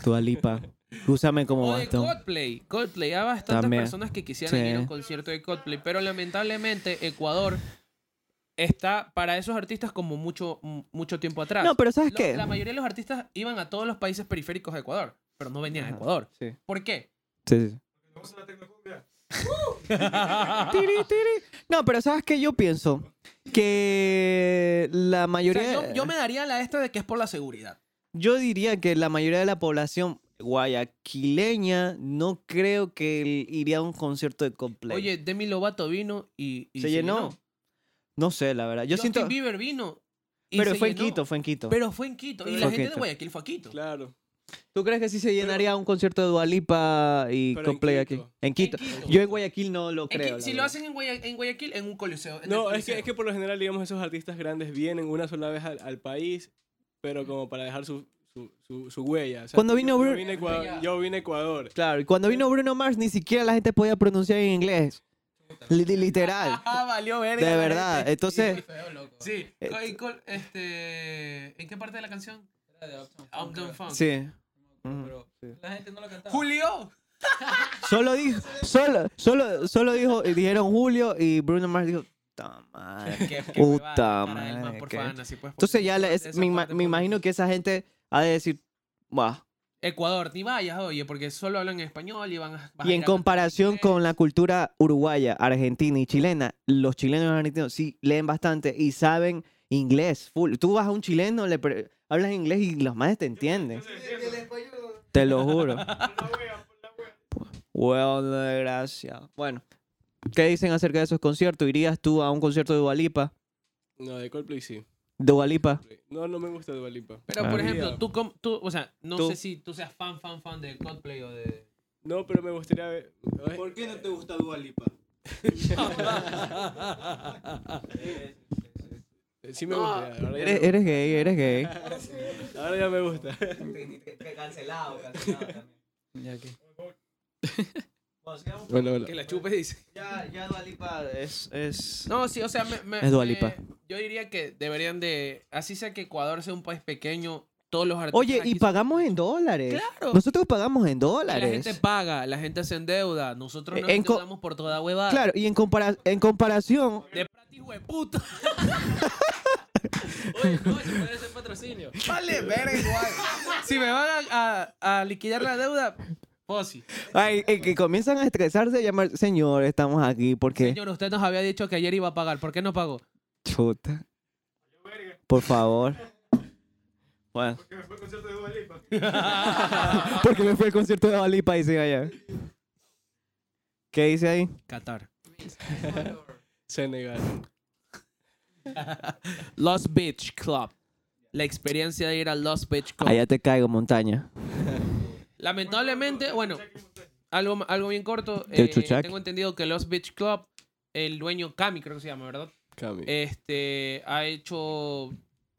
A: Dua Lipa. Úsame como
B: O de
A: bastón.
B: Coldplay. Coldplay. Hay bastantes
A: También.
B: personas que quisieran
A: Sí.
B: ir a un concierto de Coldplay. Pero lamentablemente Ecuador está para esos artistas como mucho, mucho tiempo atrás.
A: No, pero ¿sabes
B: Lo-
A: qué?
B: La mayoría de los artistas iban a todos los países periféricos de Ecuador, pero no venían a
A: Ajá.
B: Ecuador.
A: Sí.
B: ¿Por qué?
A: Sí, sí, sí. Tiri, tiri. No, pero ¿sabes qué? Yo pienso que la
B: O
A: mayoría...
B: sea, yo, yo me daría la esta de que es por la seguridad.
A: Yo diría que la mayoría de la población guayaquileña no creo que el- iría a un concierto de Coldplay.
B: Oye, Demi Lovato vino y, y
A: ¿Se llenó? No sé, la verdad. Yo
B: Justin
A: siento...
B: Bieber vino. y
A: Pero
B: se
A: fue en
B: llenó.
A: Quito, fue en Quito.
B: Pero fue en Quito. Y la
A: Fue
B: gente de
A: Quito.
B: Guayaquil fue a Quito.
E: Claro.
A: ¿Tú crees que sí se llenaría un concierto de Dualipa y
E: Pero en
A: Coldplay aquí?
E: Quito.
A: En Quito.
B: Quito.
A: Yo en Guayaquil no lo
B: En Qui-
A: creo. la
B: si lo
A: verdad.
B: hacen en, Guaya- en Guayaquil, en un coliseo. en
E: No,
B: el
E: es que, es que
B: coliseo.
E: por lo general, digamos, esos artistas grandes vienen una sola vez al, al país, pero como para dejar su, su, su, su huella. O sea,
A: Cuando
E: yo-
A: vino Bru-
E: yo vine, a Ecuador, yo vine a Ecuador.
A: Claro, y cuando vino Bruno Mars ni siquiera la gente podía pronunciar en inglés. Li- Literal.
B: Ah, valió verga.
A: De verdad. Entonces,
B: Sí. Co- y Eh, col- este, ¿En qué parte de la canción? I'm Done Funk.
A: sí. Mm,
B: ¡Julio!
A: Solo dijo, solo, solo, solo dijo, y dijeron Julio y Bruno Mars dijo, "Ta madre".
B: Qué- qué
A: Puta
B: huevada, para el man,
A: madre,
B: por
A: qué-
B: favor, Ana, si puedes poner
A: Entonces ya la- es-
B: esa pues,
A: me, ima-
B: parte,
A: me
B: por favor.
A: imagino que esa gente ha de decir, "Buah,
B: Ecuador, ni vayas, oye, porque solo hablan en español y van a... vas a
A: Y en
B: ir a-
A: comparación con la cultura uruguaya, argentina y chilena, los chilenos y los argentinos sí leen bastante y saben inglés full. Tú vas a un chileno, le pre- hablas inglés y los más te entienden.
C: El español.
A: Te lo juro. Well, eh, gracias. Bueno, ¿qué dicen acerca de esos conciertos? ¿Irías tú a un concierto de Dualipa?
E: No, de Coldplay sí.
A: Dualipa.
E: No, no me gusta Dua Lipa.
B: Pero, por
A: Ah.
B: ejemplo, tú, com- tú, o sea, no
A: Tú.
B: sé si tú seas fan, fan, fan de Coldplay o de...
E: No, pero me gustaría ver.
F: ¿Por qué no te gusta Dua Lipa?
E: Eh, Sí me gusta. ya, Ahora ya,
A: Eres, eres gay, eres gay.
E: me- ahora ya me gusta.
F: Cancelado, cancelado también.
D: Ya que-
E: Bueno, bueno.
B: Que la chupes, dice.
A: Ya, ya Dualipa es... es...
B: No, sí, o sea, me, me-
A: Es Dua
B: me-
A: Lipa.
B: yo diría que deberían de... Así sea que Ecuador sea un país pequeño, todos los artistas...
A: Oye, y
B: aquí-
A: pagamos en dólares.
B: Claro.
A: Nosotros pagamos en
B: Y La
A: dólares. Eh,
B: gente paga, la gente se endeuda, nosotros nos
A: En co-
B: endeudamos por toda huevada.
A: Claro, y en, compara- en comparación,
B: De prati, hueputa.
D: Oye, no, se puede hacer patrocinio.
B: Vale, ver igual. si me van a, a- a liquidar la deuda, posi.
A: ay, eh, que comienzan a estresarse y llamar, señor, estamos aquí porque...
B: Señor, usted nos había dicho que ayer iba a pagar. ¿Por qué no pagó?
A: Chuta. Por favor. Bueno. Porque me fue al concierto de Balipa, dice allá. ¿Qué dice ahí?
B: Qatar.
E: Senegal.
B: Lost Beach Club. La experiencia de ir al Lost Beach Club.
A: Allá te caigo, montaña.
B: Lamentablemente, bueno, algo, algo bien corto.
A: Del
B: eh,
A: Chuchac.
B: tengo entendido que Lost Beach Club, el dueño Cami, creo que se llama, ¿verdad?
E: Cami.
F: Eh,
B: Este, ha hecho.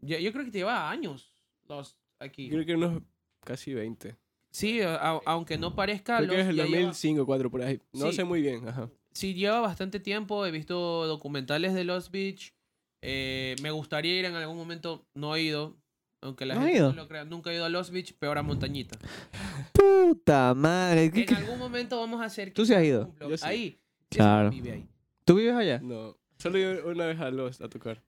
B: Yo, yo creo que lleva años Lost aquí.
E: Creo que unos casi 20.
B: Sí, a- a- aunque no
F: Ah,
B: parezca,
E: Creo que
B: Lost
E: es el
B: ya lleva-
E: 2005, 4 por ahí. No
B: Sí.
E: sé muy bien, ajá.
B: sí lleva bastante tiempo. He visto documentales de Lost Beach. eh, me gustaría ir en algún momento. No he ido. Aunque la
A: ¿No has
B: gente
A: ido?
B: no lo crea. Nunca he ido a Lost Beach, peor a Montañita.
A: Puta madre. ¿qué-
B: En
A: qué-
B: algún momento vamos a hacer.
A: ¿Tú sí has ido?
B: un vlog
E: Yo sí.
B: Ahí. Sí,
A: Claro.
B: vive ahí.
A: ¿Tú vives allá?
E: No. Solo iba una vez a los a tocar.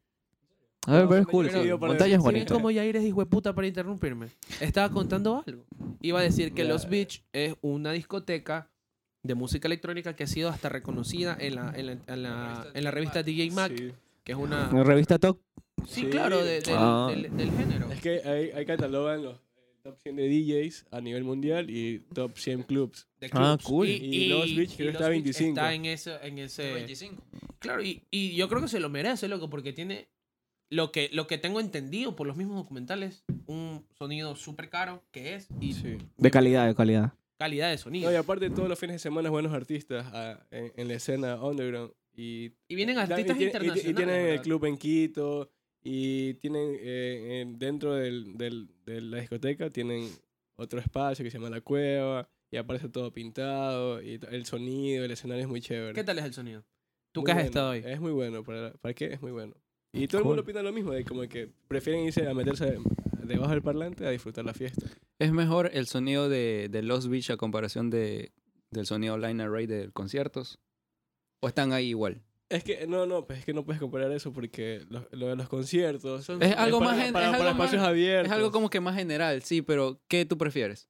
A: A ver,
E: No,
A: pero es
E: yo
A: cool.
E: he ido para-
A: Montaña es
E: Sí,
B: ¿Saben
A: bonito.
B: cómo Yair es hijo de puta para interrumpirme? Estaba contando algo. Iba a decir que Los Beach es una discoteca de música electrónica que ha sido hasta reconocida en la, en la, en la, en la revista DJ Mac,
E: Sí.
B: que es una...
A: Revista Talk.
B: Sí,
E: Sí.
B: claro, de- del,
A: Ah.
B: del- del género.
E: Es que ahí, ahí catalogan los eh, top 100 de DJs a nivel mundial y top 100 clubs.
B: de
A: Ah,
B: clubs.
A: cool.
B: Y,
E: Y Lost Beach creo que está
B: Lost
E: 25.
B: Está en ese... En ese
F: 25.
B: Claro, y, y yo creo que se lo merece, loco, porque tiene lo que, lo que tengo entendido por los mismos documentales, un sonido súper caro que es y
E: Sí.
A: De calidad, de calidad.
B: calidad de sonido.
E: No, y aparte todos los fines de semana buenos artistas ah, en, en la escena underground. Y,
B: y vienen
E: y
B: artistas
E: tiene- y-
B: internacionales.
E: Y, tienen el
B: ¿verdad?
E: club en Quito y tienen eh, en- dentro del- del- de la discoteca tienen otro espacio que se llama La Cueva y aparece todo pintado y t- el sonido, el escenario es muy chévere.
B: ¿Qué tal es el sonido? ¿Tú
E: Muy
B: que has
E: bueno,
B: estado ahí?
E: Es muy bueno. ¿Para, para qué? Es muy bueno. Y todo el mundo opina lo mismo, de como que prefieren irse a meterse debajo del parlante a disfrutar la fiesta.
D: Es mejor el sonido de, de Lost Beach a comparación de, del sonido Line Array de conciertos. ¿O están ahí igual?
E: Es que, no, no, pues es que no puedes comparar eso porque lo, lo de los conciertos... son-
D: Es algo
E: para-
D: más gen-
E: para,
D: es
E: para
D: algo
E: espacios
D: más-
E: abiertos.
D: Es algo como que más general, sí, pero ¿qué tú prefieres?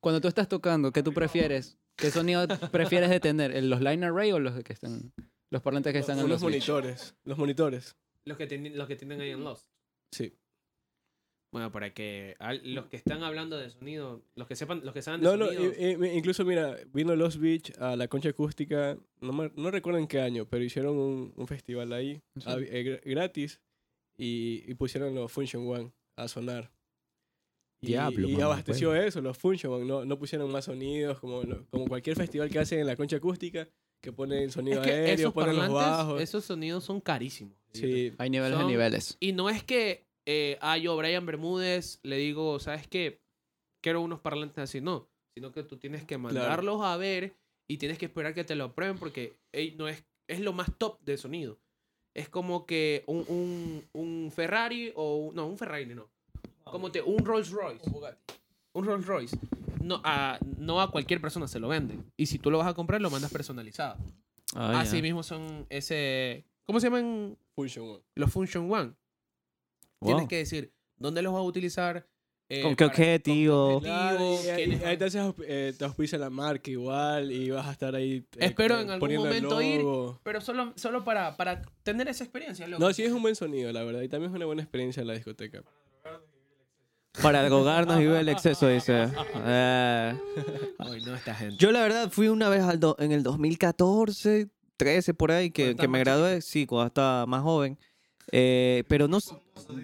D: Cuando tú estás tocando, ¿qué tú prefieres? ¿Qué sonido prefieres de tener? ¿El- ¿Los Line Array o los que están... Los parlantes que están en
E: Unos
D: Lost Beach?
E: monitores. Los monitores.
B: Los que, tienen, los que tienen ahí en Lost.
E: Sí.
B: Bueno, para que al- los que están hablando de sonido, los que sepan, los que saben de
E: No, no,
B: sonido.
E: i- i- incluso mira, vino Los Beach a la concha acústica, no, me- no recuerdo en qué año, pero hicieron un, un festival ahí,
D: Sí.
E: a- eh, gra- gratis, y, y pusieron los Function One a sonar. Y,
D: Diablo,
E: y
D: mamá,
E: abasteció eso, los Function One, no, no pusieron más sonidos, como, lo- como cualquier festival que hacen en la concha acústica, que ponen
B: es
E: sonido
B: que
E: aéreo,
B: esos
E: ponen los
B: parlantes,
E: bajos.
B: esos sonidos son carísimos.
E: Sí,
D: Hay niveles
B: Son-
D: de niveles.
B: Y no es que eh, ah, yo, Brian Bermúdez, le digo, ¿sabes qué? Quiero unos parlantes así, no. Sino que tú tienes que mandarlos a ver y tienes que esperar que te lo aprueben porque ey, no es, es lo más top de sonido. Es como que un, un, un Ferrari o un, no, un Ferrari no. Como te, un Rolls Royce. Un Rolls Royce. No a, no a cualquier persona se lo venden. Y si tú lo vas a comprar, lo mandas personalizado.
A: Ah,
B: Así mismo son ese. ¿Cómo se llaman
E: Function One.
B: los Function One. Tienes que decir dónde los vas a utilizar, eh,
A: ¿Con qué
B: para- con qué
A: objetivo?
B: objetivo,
E: y, ahí-
B: quiénes
E: ahí te,
B: van.
E: haces ausp- eh, te auspicia la marca igual y vas a estar ahí. eh,
B: Espero en
E: como
B: algún
E: poniendo el
B: momento ir,
E: logo.
B: pero solo, solo para, para tener esa experiencia, loco.
E: No, sí es un buen sonido, la verdad. Y también es una buena experiencia la discoteca.
A: Para drogarnos y ver el
B: Ah,
A: exceso, dice. Eh,
B: Ay, no, esta gente.
A: yo la verdad fui una vez al do- en el 2014, 13 por ahí, que,
B: Cuando
A: que me
B: estabas más
A: gradué, sí, cuando estaba más joven. Eh, pero no, s-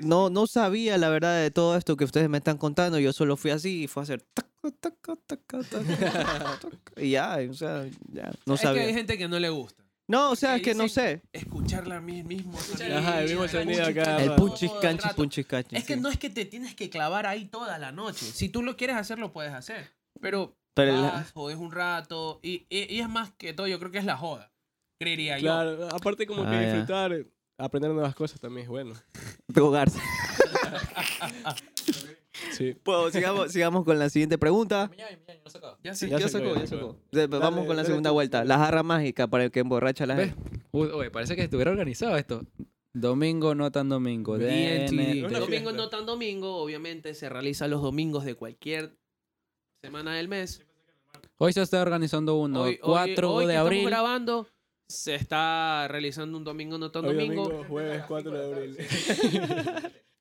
A: no, no sabía la verdad de todo esto que ustedes me están contando. Yo solo fui así y fue a hacer... taca, taca, taca, taca, taca, Y ya, o sea, ya, no
B: es que hay
A: sabía.
B: gente que no le gusta.
A: No, o sea,
B: que
A: es que no
B: dicen-
A: sé.
B: Escuchar la mi- mismo sonido.
E: Ajá, el mismo
B: Escuchar
E: sonido
B: punchis,
E: acá,
B: canchis
A: El
E: bueno.
A: punchis
B: todo el
A: canchis,
B: rato.
A: punchis canchis.
B: Es que
A: sí.
B: no es que te tienes que clavar ahí toda la noche. Si tú lo quieres hacer, lo puedes hacer. Pero
A: Pero la-
B: vas, jodés un rato. Y, y- y es más que todo, yo creo que es la joda. Creería yo.
E: Claro, aparte como
A: Ah,
E: que
A: ya.
E: disfrutar, aprender nuevas cosas también es bueno.
A: drogarse.
E: Sí.
A: Bueno, sigamos, sigamos con la siguiente pregunta.
B: Ya sé.
A: Sí,
E: Ya
A: ya
E: sacó,
A: sacó,
E: ya
A: ya
E: sacó.
A: sacó. De-
E: Dale,
A: Vamos con la
E: dale
A: segunda
E: tú.
A: vuelta. La jarra mágica para el que emborracha a la
D: ¿Ves?
A: gente.
D: Uy, oye, parece que estuviera organizado esto. Domingo, no tan domingo.
B: DNT.
D: DNT.
E: Una
B: Domingo
E: fiesta.
B: no tan domingo, obviamente se realiza los domingos de cualquier semana del mes.
D: Hoy se está organizando uno.
B: Hoy- hoy-
D: 4
B: hoy
D: de
B: que
D: abril.
B: Estamos grabando, se está realizando un domingo no tan
E: Hoy
B: domingo.
E: domingo, jueves 4 de abril.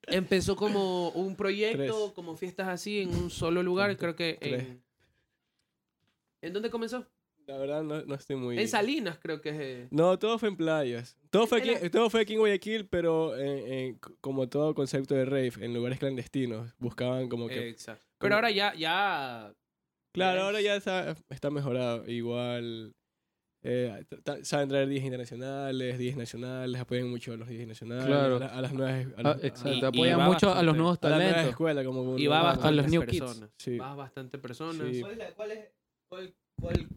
B: Empezó como un proyecto,
E: Tres.
B: como fiestas así, en un solo lugar, creo que
E: Tres.
B: en... ¿En dónde comenzó?
E: La verdad no, no estoy muy...
B: En Salinas creo que es... eh.
E: No, todo fue en playas. Todo fue,
B: En
E: aquí, todo fue aquí en Guayaquil, pero en- en- como todo concepto de rave, en lugares clandestinos. Buscaban como que...
B: Exacto. Pero ahora ya, ya...
E: claro,
B: es-
E: ahora ya está, está mejorado. Igual eh, ta- ta- saben traer 10 internacionales, 10 nacionales, apoyan mucho a los 10 internacionales,
D: Claro.
E: a, la- a las nuevas... A,
D: Ah,
E: las-
D: exacto.
B: y-
D: Apoya
B: y va
D: mucho a los
B: bastante.
D: nuevos
E: a la nueva
D: talentos.
E: escuela, como...
B: Y va
E: como-
D: a los
B: bastantes
D: new kids.
B: personas.
E: Sí.
B: Va bastante personas.
E: Sí.
F: ¿Cuál es la- cuál es- cuál-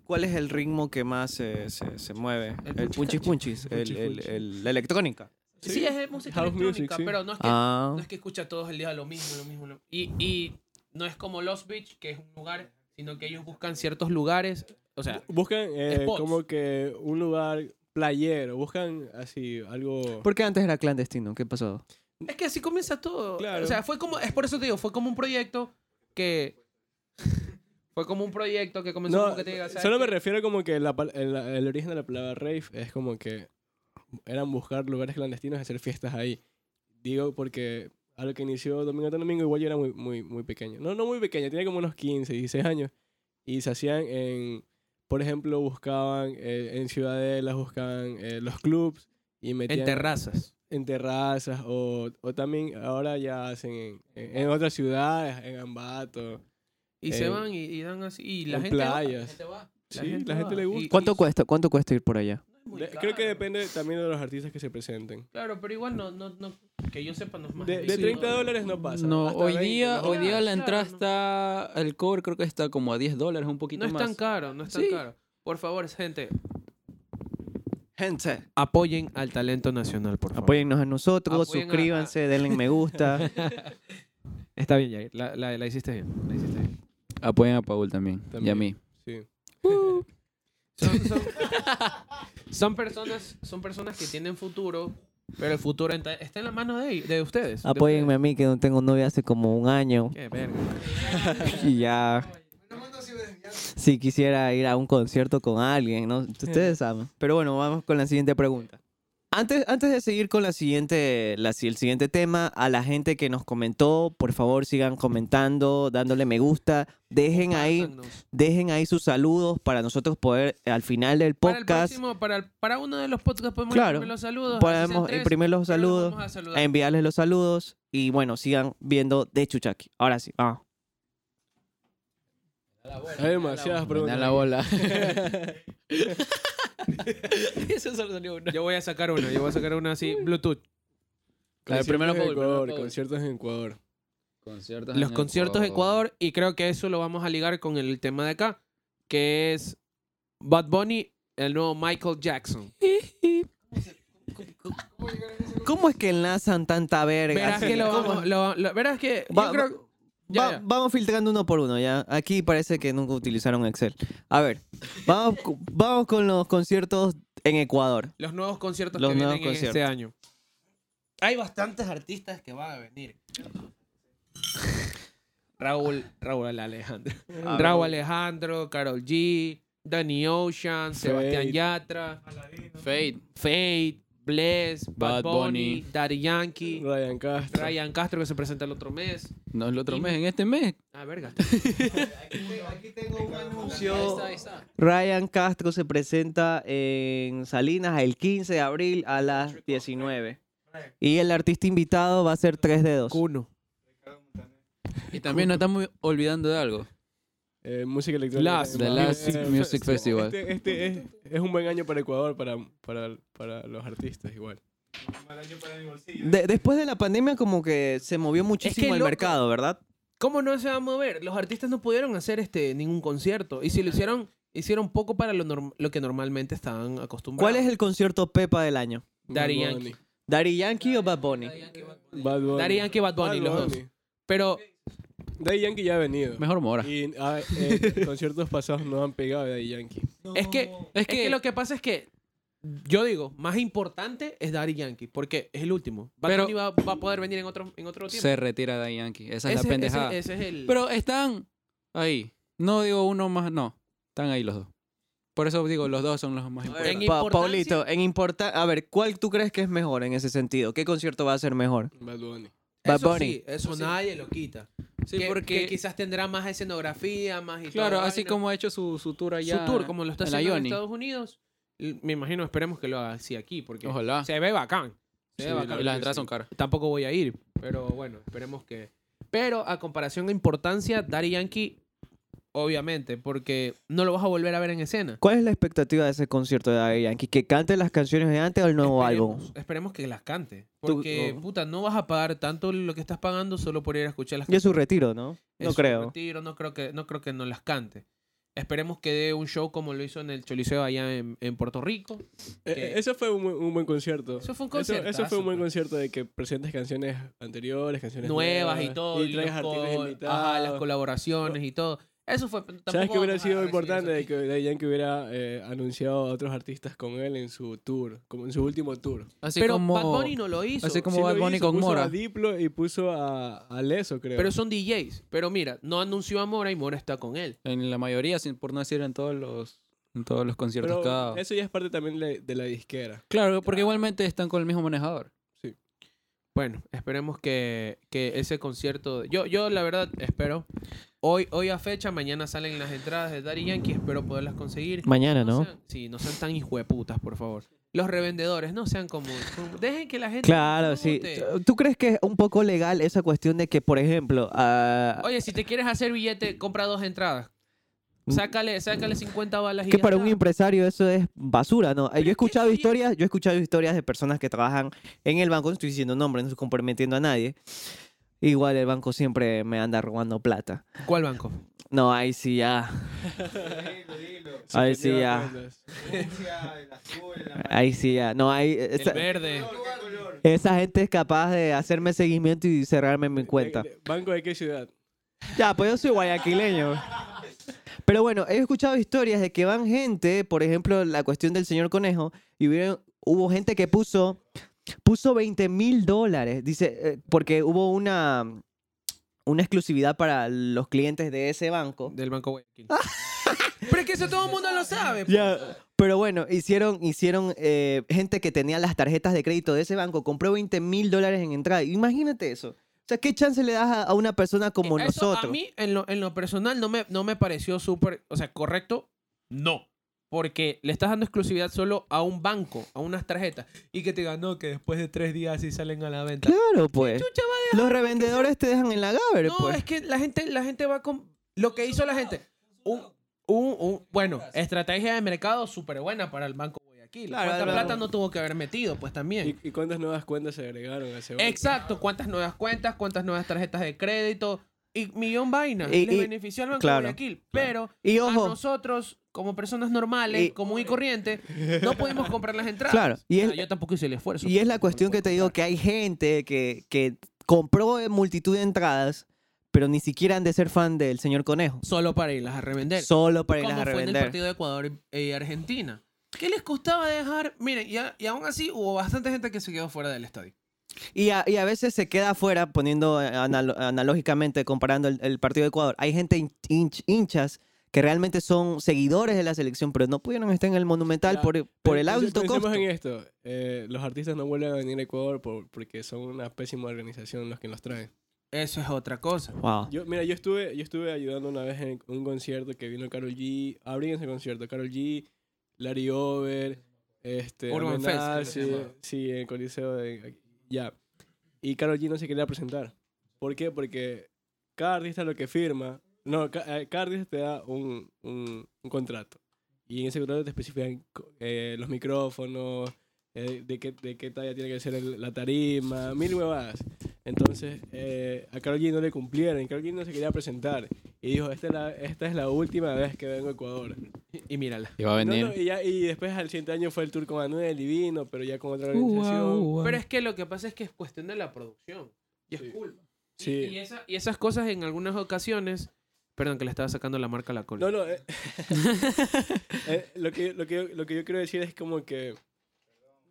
A: ¿Cuál, es el ritmo que más se, mueve?
B: El
A: El
B: El
A: punchis
B: punchis
A: punchis,
E: el- el-
A: la electrónica.
B: Sí,
E: Sí.
B: es música
E: House
B: electrónica,
E: music, sí.
B: pero no es que...
A: Ah,
B: No es que escucha todos el día lo mismo, lo mismo. lo- Y, y no es como Los Beach, que es un lugar, sino que ellos buscan ciertos lugares. O sea,
E: Buscan eh,
B: Spots.
E: como que un lugar playero, buscan así algo...
A: porque antes era clandestino. ¿Qué pasó?
B: es que así comienza todo.
E: Claro.
B: O sea, fue como, es por eso te digo, fue como un proyecto que. fue como un proyecto que comenzó
E: No,
B: como que te diga, ¿sabes
E: solo me
B: qué?
E: refiero como que la pal- el, el origen de la palabra rave es como que eran buscar lugares clandestinos y hacer fiestas ahí. Digo porque a lo que inició Domingo a Domingo igual yo era muy, muy, muy pequeño. No, no muy pequeño, tenía como unos 15, 16 años. Y se hacían en, por ejemplo, buscaban eh, en ciudadelas, buscaban eh, los clubs y metían
B: En terrazas.
E: en terrazas o, o también ahora ya hacen en, en- en otras ciudades, en Ambato.
B: Y
E: Eh,
B: se van y, y dan así. Y la
E: en
B: gente. va,
E: playas.
B: la gente va.
E: Sí, la gente le gusta.
A: ¿Cuánto
B: y-
A: cuesta? ¿Cuánto cuesta ir por allá?
B: no es muy
E: De- creo que
B: caro.
E: depende también de los artistas que se presenten.
B: Claro, pero igual no, no, no que yo sepa, no es más.
E: De, de
B: sí,
E: 30
B: no.
E: dólares no pasa.
D: No,
E: Hasta
D: hoy
E: 20
D: día,
E: mejor.
D: hoy día la
B: Claro,
D: entrada
B: claro,
D: está, el cover creo que está como a 10 dólares, un poquito
B: No es
D: más.
B: tan caro, no es tan
D: Sí.
B: caro. Por favor, gente,
A: Gente.
B: apoyen al talento nacional, por favor.
A: Apóyennos a nosotros,
B: Apoyen a-
A: suscríbanse, denle me gusta.
B: Está bien, Jair. La, la- la hiciste bien. La hiciste bien.
D: Apoyen a Paul también, y a
E: También.
D: mí.
E: Sí.
B: Son, son- son personas, son personas que tienen futuro, pero el futuro enta- está en la mano de, de ustedes. de
A: Apóyenme a mí que no tengo novia hace como un año
B: ustedes. Qué verga.
A: y ya. si quisiera ir a un concierto con alguien, ¿no? Ustedes saben. Pero bueno, vamos con la siguiente pregunta. Antes, antes de seguir con la siguiente, la, si- el siguiente tema, a la gente que nos comentó, por favor sigan comentando, dándole me gusta, dejen ahí,
B: Compártanos.
A: dejen ahí sus saludos para nosotros poder eh, al final del
B: Para el
A: podcast
B: próximo, para, el- para uno de los podcasts podemos
A: Claro.
B: imprimir los saludos. así sean
A: podemos
B: tres,
A: imprimir los
B: pero los
A: saludos,
B: vamos a saludar.
A: enviarles los saludos y bueno, sigan viendo de Chuchaki. Ahora sí, vamos.
E: Hay
B: Ah,
E: demasiadas
D: Me da
E: preguntas.
D: la bola. Eso solo salió uno.
B: Yo voy a sacar una, yo voy a sacar una así, Bluetooth.
D: La de
E: Conciertos
D: primero
E: en
D: Paul, primero
E: Ecuador,
D: Paul.
E: conciertos en Ecuador.
D: Conciertos
B: Los conciertos de Ecuador, y creo que eso lo vamos a ligar con el tema de acá, que es Bad Bunny, el nuevo Michael Jackson.
A: ¿Cómo es que enlazan tanta verga?
B: Verás
A: así?
B: que lo
A: ¿Cómo?
B: vamos. Lo, lo- verás que. yo
A: Va-
B: creo- ya,
A: Va-
B: ya.
A: Vamos filtrando uno por uno, ya. Aquí parece que nunca utilizaron Excel. A ver, vamos, cu- vamos con los conciertos en Ecuador.
B: Los nuevos conciertos
A: Los
B: que
A: nuevos
B: vienen en
A: conciertos.
B: este año. Hay bastantes artistas que van a venir. Raúl, Raúl Alejandro.
A: Ah,
B: Raúl Alejandro, Carol G, Danny Ocean, Sebastián
E: Fate.
B: Yatra,
D: Fade.
B: Fate, Bless, Bad,
D: Bad
B: Bunny,
D: Bunny.
B: Daddy Yankee,
E: Ryan Castro.
B: Ryan Castro que se presenta el otro mes.
D: No, el otro mes, en este mes.
B: Ah, verga.
F: Aquí tengo un anuncio.
A: Yo- Ryan Castro se presenta en Salinas el 15 de abril a las 19. Y el artista invitado va a ser Tres Dedos.
B: Cuno.
D: Y también nos estamos olvidando de algo.
E: Eh, música electrónica.
B: Last
E: también.
D: The Last Music Festival.
E: Este, este es, es un buen año para Ecuador, para, para, para los artistas igual.
A: De- después de la pandemia como que se movió muchísimo el
B: loco.
A: mercado, ¿verdad?
B: ¿Cómo no se va a mover? Los artistas no pudieron hacer este ningún concierto. Y si lo hicieron, hicieron poco para lo, norm- lo que normalmente estaban acostumbrados.
A: ¿Cuál es el concierto Pepa del año?
B: Daddy
E: Bad
B: Yankee.
A: ¿Daddy Yankee o Bad Bunny?
E: Bunny. Bad Bunny.
B: Daddy Yankee y Bad Bunny, los dos. Pero
E: Daddy Yankee ya ha venido.
D: Mejor mora.
E: Y ah, eh, conciertos pasados no han pegado de Daddy Yankee.
B: es que, es que lo que pasa es que yo digo, más importante es Daddy Yankee, porque es el último. Bad
D: Pero-
B: Bunny va, va a poder venir en otro, en otro tiempo.
D: Se retira de Yankee. Esa es
B: Ese-
D: la pendejada.
B: ese- ese es el...
D: Pero están ahí. No digo uno más, no. Están ahí los dos. Por eso digo, los dos son los más
B: ver,
D: importantes.
B: en
A: Pa-
B: importancia-
A: Paulito, en importa, a ver, ¿cuál tú crees que es mejor en ese sentido? ¿Qué concierto va a ser mejor?
E: Bad Bunny.
B: Eso
A: Bad Bunny.
B: sí, eso nadie lo quita.
D: Sí,
B: que,
D: porque...
B: que quizás tendrá más escenografía, más... y
D: claro,
B: toda
D: así
B: vaina.
D: como ha hecho su, su tour allá.
B: su tour, como lo está
D: en la
B: haciendo en
D: Ioni.
B: Estados Unidos, l- me imagino, esperemos que lo haga así aquí, porque
D: Ojalá.
B: se ve bacán. Se
D: Sí,
B: ve
D: y
B: bacán.
D: las entradas son caras.
B: Tampoco voy a ir, pero bueno, esperemos que... Pero a comparación de importancia, Daddy Yankee, obviamente, porque no lo vas a volver a ver en escena.
A: ¿Cuál es la expectativa de ese concierto de Daddy Yankee? ¿Que cante las canciones de antes o el nuevo
B: Esperemos-
A: álbum?
B: Esperemos que las cante.
A: Tú-
B: Porque,
A: no.
B: puta, no vas a pagar tanto lo que estás pagando solo por ir a escuchar las
A: Y es su retiro, ¿no? No
B: es un
A: creo.
B: retiro, no creo que no creo que no las cante. Esperemos que dé un show como lo hizo en el Choliseo allá en, en Puerto Rico.
E: Eh,
B: Que-
E: eh, eso fue un, buen- un buen concierto.
B: Eso fue un
E: Eso,
B: conciertazo,
E: eso fue un buen
B: pues.
E: concierto de que presentes canciones anteriores, canciones
B: nuevas, y todo.
E: Y traigas
B: los
E: artistas
B: col-
E: invitados.
B: Ajá, las colaboraciones y todo. Eso fue.
E: ¿Sabes
B: tampoco
E: qué hubiera
B: vamos a
E: sido
B: recibir
E: importante?
B: eso
E: De
B: aquí.
E: que Daddy Yankee hubiera eh, anunciado a otros artistas con él en su tour, como en su último tour.
D: Así
B: Pero
D: como...
B: Bad Bunny no lo hizo.
D: así como
E: Sí lo
D: Bad Bunny
E: hizo,
D: con
E: puso
D: Mora.
E: a Diplo y puso a, a Leso, creo.
B: Pero son DJs. Pero mira, no anunció a Mora y Mora está con él.
D: En la mayoría, sin- por no decir en todos los, en todos los conciertos
E: Pero
D: cada...
E: eso ya es parte también de, de la disquera.
D: Claro, porque igualmente están con el mismo manejador.
B: Bueno, esperemos que, que ese concierto. Yo, yo la verdad, espero. Hoy, hoy a fecha, mañana salen las entradas de Daddy Yankee. Espero poderlas conseguir.
A: Mañana, ¿no?
B: sean- sí, no sean tan hijueputas, por favor. Los revendedores, no sean como. como- dejen que la gente.
A: Claro, sí.
B: disfrute.
A: ¿Tú crees que es un poco legal esa cuestión de que, por ejemplo, ah,
B: Oye, si te quieres hacer billete, compra dos entradas. Sácale, sácale 50 balas y
A: Mm. que
B: ya
A: para
B: está.
A: un empresario eso es basura, ¿no? Eh, Yo he escuchado
B: sí.
A: historias, yo he escuchado historias de personas que trabajan en el banco, no estoy diciendo nombres, no estoy comprometiendo a nadie. Igual el banco siempre me anda robando plata.
B: ¿Cuál banco?
A: No, ahí sí ya,
F: Dilo, dilo.
A: ahí
E: Sí, pues,
A: sí ya,
F: Sucia, el azul, el amarillo.
A: ahí sí ya. No, ahí
B: El
A: esa,
B: verde.
F: ¿Qué color?
A: esa gente es capaz de hacerme seguimiento y cerrarme mi cuenta.
E: ¿De- de- ¿Banco de qué ciudad?
A: Ya, pues yo soy guayaquileño. Pero bueno, he escuchado historias de que van gente, por ejemplo, la cuestión del señor Conejo, y hubieron- hubo gente que puso, puso 20 mil dólares, dice, eh, porque hubo una, una exclusividad para los clientes de ese banco.
B: Del banco Guayaquil. Pero es que eso todo el mundo lo sabe. pues.
A: Ya, pero bueno, hicieron, hicieron eh, gente que tenía las tarjetas de crédito de ese banco, compró 20 mil dólares en entrada. Imagínate eso. O sea, ¿qué chance le das a, a una persona como
B: Eso
A: nosotros?
B: A mí, en lo, en lo personal, no me, no me pareció súper. O sea, correcto, no. Porque le estás dando exclusividad solo a un banco, a unas tarjetas. Y que te digan, no, que después de tres días sí salen a la venta.
A: Claro, pues.
B: chucha va
A: Los revendedores te dejan en la gaber,
B: no,
A: pues.
B: es que la gente, la gente va con. Lo que hizo la gente. Un, un, un- bueno, estrategia de mercado súper buena para el Banco Guayaquil.
A: Claro,
B: ¿Cuánta
A: claro.
B: plata no tuvo que haber metido? Pues también.
E: ¿Y, y cuántas nuevas cuentas se agregaron a ese banco?
B: Exacto. ¿Cuántas nuevas cuentas? ¿Cuántas nuevas tarjetas de crédito? Y millón vainas.
A: Y-
B: Les
A: y-
B: benefició al Banco
A: claro,
B: Guayaquil. Pero
A: Y
B: a
A: ojo,
B: nosotros, como personas normales,
A: Y-
B: común y corriente, no pudimos comprar las entradas.
A: Claro, y
B: Ah,
A: es-
B: yo tampoco hice el esfuerzo.
A: y es la cuestión que te digo que hay gente que, que compró en multitud de entradas, pero ni siquiera han de ser fan del señor Conejo.
B: Solo para irlas a revender.
A: Solo para irlas
B: como
A: a
B: fue en el
A: revender.
B: partido de Ecuador y Argentina. ¿Qué les costaba dejar? Miren, y, a- y aún así hubo bastante gente que se quedó fuera del estadio.
A: Y a, y a veces se queda afuera, poniendo eh, anal- analógicamente, comparando el, el partido de Ecuador. Hay gente, hin- hinch- hinchas, que realmente son seguidores de la selección, pero no pudieron estar en el Monumental
E: Ya,
A: por, por el
E: Pero
A: alto
E: pensemos
A: costo.
E: en esto. eh, los artistas no vuelven a venir a Ecuador por- porque son una pésima organización los que los traen.
B: Eso es otra cosa.
A: Wow.
E: Yo, mira, yo estuve, yo estuve ayudando una vez en un concierto que vino Carol G. Abrí ese concierto. Carol G, Larry Over, este,
B: Urban
E: Rubén
B: Fest, creo que
E: Arce,
B: se llama.
E: Sí, en el Coliseo de. Ya. Y Carol G no se quería presentar. ¿Por qué? Porque cada artista lo que firma. No, ca- eh, cada artista te da un, un, un contrato. Y en ese contrato te especifican co- eh, los micrófonos, eh, de, qué, de qué talla tiene que ser el- la tarima, mil huevadas. Entonces, eh, a Karol G no le cumplieron, y Karol G no se quería presentar. Y dijo, esta es la, esta es la última vez que vengo a Ecuador.
B: Y, y mírala.
D: Y va a
E: No,
D: venir.
E: no, y, ya- y después al siguiente año fue el tour con Manuel y vino, pero ya con otra organización.
B: Pero es que lo que pasa es que es cuestión de la producción. Y es
E: Sí.
B: culpa. Y-
E: Sí.
B: Y, esa- y esas cosas en algunas ocasiones. Perdón, que le estaba sacando la marca a la cola.
E: No, no. eh, eh, lo, que, lo, que, lo que yo quiero decir es como que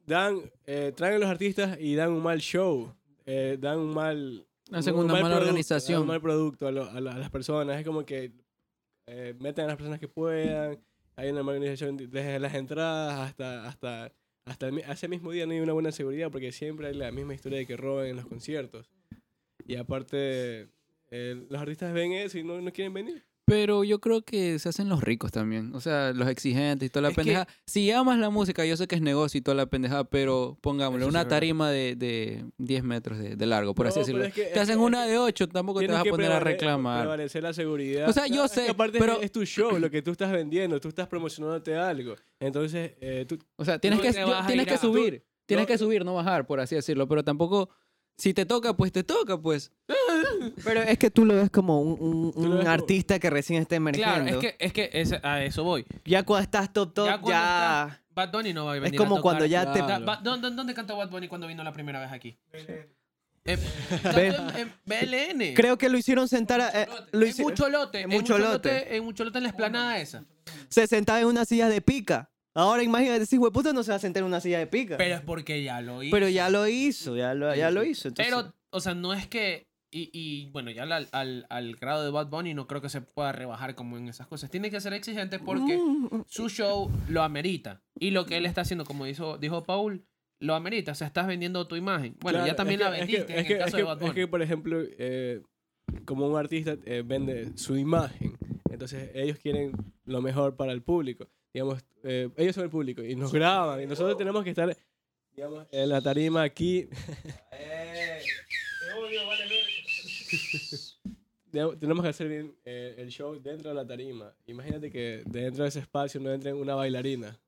E: dan, eh, traen a los artistas y dan un mal show. eh, dan un mal,
D: Hacen
E: un
D: una
E: mal
D: mala
E: producto,
D: organización.
E: Un mal producto a, lo- a la- a las personas. Es como que eh, meten a las personas que puedan. Hay una mala organización de- desde las entradas hasta, hasta, hasta el mi- ese mismo día no hay una buena seguridad porque siempre hay la misma historia de que roban en los conciertos. Y aparte, eh, los artistas ven eso y no, no quieren venir.
D: Pero yo creo que se hacen los ricos también. O sea, los exigentes y toda la
B: Es que-
D: pendeja. Si amas la música, yo sé que es negocio y toda la pendeja, pero pongámosle
B: Eso sí es
D: una
B: verdad.
D: tarima de, de 10 metros de, de largo, por
E: No,
D: así
E: pero
D: decirlo.
E: es que-
D: te
E: es
D: hacen
E: que-
D: una de 8, tampoco te
E: Tienes
D: vas a
E: que
D: poner a
E: prevale-
D: reclamar.
E: Prevalecer la seguridad.
D: O sea, yo
E: es que
D: sé,
E: aparte
D: pero-
E: es, es tu show lo que tú estás vendiendo, tú estás promocionándote algo. Entonces, eh, tú,
D: O sea, tienes
B: No
D: que,
B: te
D: yo-
B: vas a
D: tienes
B: ir
D: que
B: a-
D: subir. Tienes
E: no-
D: que subir, no bajar, por así decirlo. Pero tampoco, si te toca, pues te toca, pues.
A: Pero es que tú lo ves como un, un-
E: lo ves
A: un
E: como-
A: artista que recién está emergiendo.
B: Claro, es que, es que esa- a eso voy.
A: Ya cuando estás top top,
B: Ya
A: ya...
B: cuando estás- Bad Bunny no va a
A: Es
B: venir a
A: como
B: tocar.
A: cuando ya te...
B: Da-
E: Claro.
B: Ba- ¿dó- dó- ¿Dónde cantó Bad Bunny cuando vino la primera vez aquí? Eh,
A: Be-
B: cantó en- en BLN.
A: Creo que lo hicieron sentar... a- eh, lo
B: en
A: hici-
B: mucho lote,
A: en
B: en
A: mucho
B: mucho
A: lote.
B: lote, en mucho lote en la esplanada esa.
A: Se sentaba en una silla de pica. Ahora imagínate, si hueputa no se va a sentar en una silla de pica.
B: Pero es porque ya lo hizo.
A: Pero ya lo hizo, ya lo, ya lo hizo. entonces-
B: Pero, o sea, no es que. Y, y, bueno, ya al, al- al grado de Bad Bunny no creo que se pueda rebajar como en esas cosas. Tiene que ser exigente porque
A: Mm,
B: su show lo amerita. Y lo que él está haciendo, como dijo, dijo Paul, lo amerita. O sea, estás vendiendo tu imagen. Bueno,
E: claro,
B: ya también
E: es
B: la
E: que- es
B: vendiste
E: que-
B: en
E: es que-
B: el caso
E: es
B: de
E: que-
B: Bad Bunny.
E: Es que, por ejemplo, eh, como un artista eh, vende su imagen, entonces ellos quieren lo mejor para el público. Digamos, eh, ellos son el público y nos graban y nosotros tenemos que estar digamos, en la tarima aquí. Digamos, Tenemos que hacer bien, eh, el show dentro de la tarima. Imagínate que dentro de ese espacio no entre una bailarina.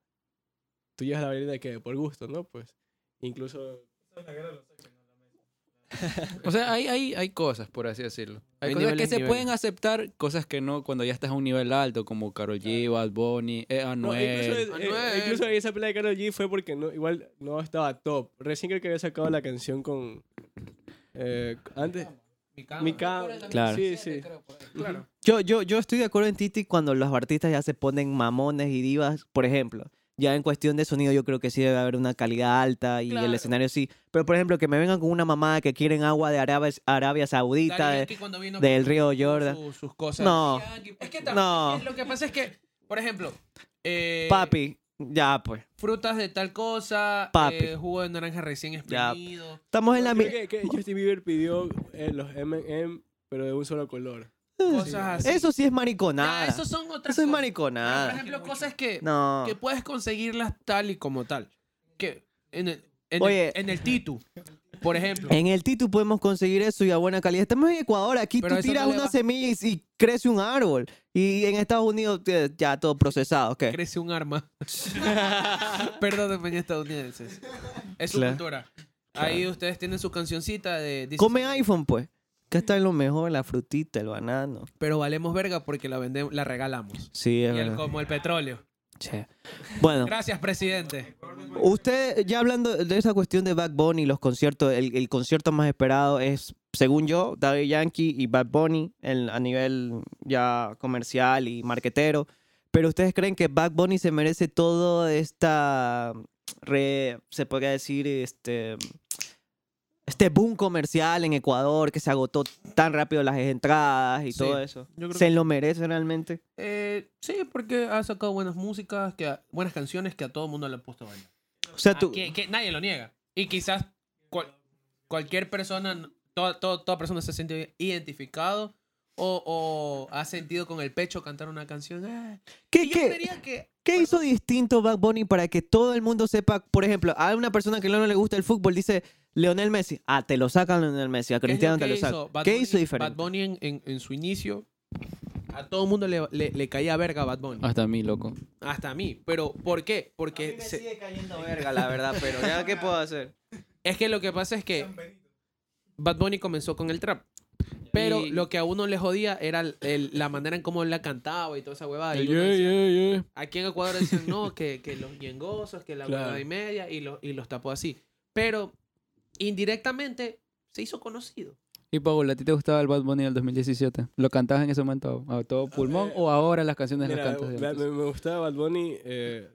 E: Tú llevas la bailarina que por gusto, ¿no? Pues incluso
D: O sea, hay, hay, hay cosas, por así decirlo. Hay,
B: Hay
D: cosas
B: niveles,
D: que se
B: niveles.
D: pueden aceptar, cosas que no cuando ya estás a un nivel alto, como Karol G, Bad Bunny, eh,
E: No,
D: Anuel.
E: incluso, eh,
B: Anuel.
E: incluso esa pelea de Karol G fue porque no, igual no estaba top. Recién creo que había sacado la canción con. eh, antes.
B: Mi cama.
E: Mi cama.
D: Claro.
E: Sí, sí.
B: Claro.
A: Yo, yo, yo estoy de acuerdo en Titi cuando los artistas ya se ponen mamones y divas, por ejemplo. Ya en cuestión de sonido yo creo que sí debe haber una calidad alta y el
B: Claro.
A: escenario sí. Pero por ejemplo, que me vengan con una mamada que quieren agua de Arabia, Arabia Saudita,
B: Daddy
A: de-
B: Yankee cuando vino
A: del
B: con-
A: río
B: con
A: Jordan.
B: su- sus cosas.
A: No.
B: Yankee. Es que también,
A: No.
B: es- lo que pasa es que, por ejemplo, eh,
A: Papi, ya pues.
B: frutas de tal cosa,
A: Papi.
B: eh, jugo de naranja recién
A: Ya.
B: exprimido.
A: Estamos en la... mi-
E: Creo que, que Justin Bieber pidió eh, los MM, pero de un solo color.
B: Cosas así.
A: Eso sí es
B: Ya,
A: mariconada.
B: eso son otras
A: Eso es
B: cosas.
A: mariconada.
B: Por ejemplo, cosas que,
A: No.
B: que puedes conseguirlas tal y como tal. Que en el, en
A: Oye.
B: el, en el Titu, por ejemplo.
A: En el Titu podemos conseguir eso y a buena calidad. Estamos en Ecuador, aquí
B: Pero
A: tú
B: eso
A: tiras
B: no le
A: una
B: va-
A: semilla y, y crece un árbol. Y en Estados Unidos eh, ya todo procesado, ¿qué?
B: crece un arma. Perdón, español estadounidenses. Es su
A: Claro.
B: cultura. Ahí ustedes tienen su cancioncita de... This is
A: Come iPhone, pues. Que está en lo mejor, la frutita, el banano.
B: Pero valemos verga porque la vendemos, la regalamos.
A: Sí,
B: Y
A: es
B: el-
A: verdad.
B: como el petróleo.
A: Che. Bueno,
B: Gracias, presidente.
A: usted, ya hablando de esa cuestión de Bad Bunny, los conciertos, el, el concierto más esperado es, según yo, Daddy Yankee y Bad Bunny en- a nivel ya comercial y marquetero. Pero ustedes creen que Bad Bunny se merece toda esta, re- se podría decir, este, este boom comercial en Ecuador que se agotó tan rápido las entradas y
B: Sí,
A: todo eso.
B: yo creo
A: ¿Se lo merece realmente?
B: Eh, sí, porque ha sacado buenas músicas, que a- buenas canciones que a todo el mundo le han puesto a bailar.
A: O sea,
B: Ah,
A: tú...
B: que, que nadie lo niega. Y quizás cual- cualquier persona, toda, toda, toda persona se siente identificado o, o ha sentido con el pecho cantar una canción. Ah,
A: ¿Qué-
B: y yo
A: qué?
B: diría que
A: ¿Qué hizo distinto Bad Bunny para que todo el mundo sepa? Por ejemplo, a una persona que no le gusta el fútbol dice Leonel Messi. Ah, te lo sacan Leonel Messi. A
B: ¿qué es lo
A: Cristiano
B: que
A: te lo
B: hizo
A: sacan.
B: Bad
A: este ¿Qué
B: Bunny-
A: hizo diferente?
B: Bad Bunny en, en- en su inicio, a todo el mundo le, le- le caía verga a Bad Bunny.
D: Hasta a mí, loco.
B: Hasta a mí. ¿Pero por qué?
F: A mí
B: Porque
F: me
B: se-
F: sigue cayendo
A: Verga, la verdad, pero ya, ¿qué puedo hacer?
B: es que lo que pasa es que Bad Bunny comenzó con el trap. Pero
D: Y-
B: lo que a uno le jodía era el- el- la manera en cómo él la cantaba y toda esa huevada. Y
E: El
B: uno
E: yeah,
B: decía,
E: yeah, yeah.
B: Aquí en Ecuador dicen, no, que, que los yengosos, que la
E: Claro.
B: huevada y media, y, lo- y los tapó así. Pero indirectamente se hizo conocido.
D: Y Paul, ¿a ti te gustaba el Bad Bunny del 2017? ¿Lo cantabas en ese momento a todo pulmón
E: ver.
D: o ahora las canciones
E: Ah, eh, Mira,
D: las cantas? de
E: me,
D: antes?
E: me- me gustaba Bad Bunny eh,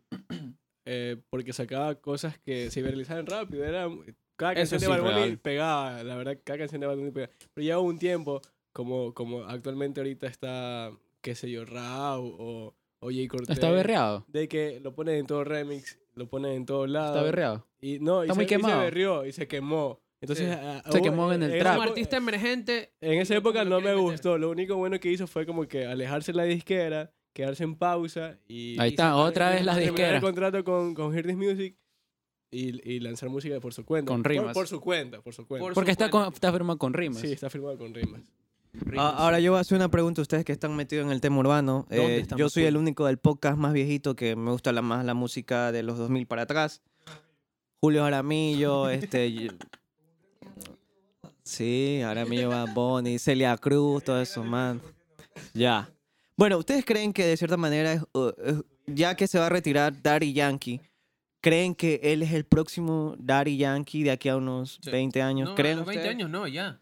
E: eh, porque sacaba cosas que se viralizaban rápido. Era, cada
B: Eso
E: canción
B: sí,
E: de Bad Bunny
B: real.
E: pegaba, la verdad, cada canción de Bad Bunny pegaba. Pero ya hubo un tiempo, como, como actualmente ahorita está, qué sé yo, Rao o, o Jay Cortez.
D: Está berreado.
E: De que lo ponen en todo remix, lo ponen en todo lado.
D: Está berreado.
E: Y, no,
D: Está
E: y
D: muy
E: se, y se
D: quemado.
E: berrió y se quemó. Entonces,
B: Sí.
E: ah,
D: Se
E: hubo-
D: quemó en el trap.
B: Como
E: esa-
B: artista emergente,
E: en esa época
B: lo
E: no me
B: quieren meter.
E: gustó. Lo único bueno que hizo fue como que alejarse de la disquera, quedarse en pausa y.
D: Ahí
E: y
D: está,
E: sacar-
D: otra vez las
E: terminar
D: disqueras.
E: el contrato con, con Hear This Music y, y lanzar música por su cuenta.
D: Con
E: Por-
D: rimas.
E: Por, su cuenta, por su cuenta.
B: Por
D: Porque está,
B: supuesto.
D: con- está firmado con rimas.
E: Sí, está firmado con rimas.
A: ahora yo voy a hacer una pregunta a ustedes que están metidos en el tema urbano.
B: ¿Dónde
A: Eh,
B: estamos,
A: yo soy
B: Paul?
A: el único del podcast más viejito que me gusta la, más la música de los 2000 para atrás. Julio Jaramillo, este... y- Sí, Jaramillo Bad Bunny, Celia Cruz, todo eso, man. Ya. Bueno, ¿ustedes creen que de cierta manera, es, uh, es- ya que se va a retirar Daddy Yankee, creen que él es el próximo Daddy Yankee de aquí a unos
B: Sí.
A: 20 años?
B: no, a
A: ¿Creen
B: los 20
A: ustedes?
B: años no, ya.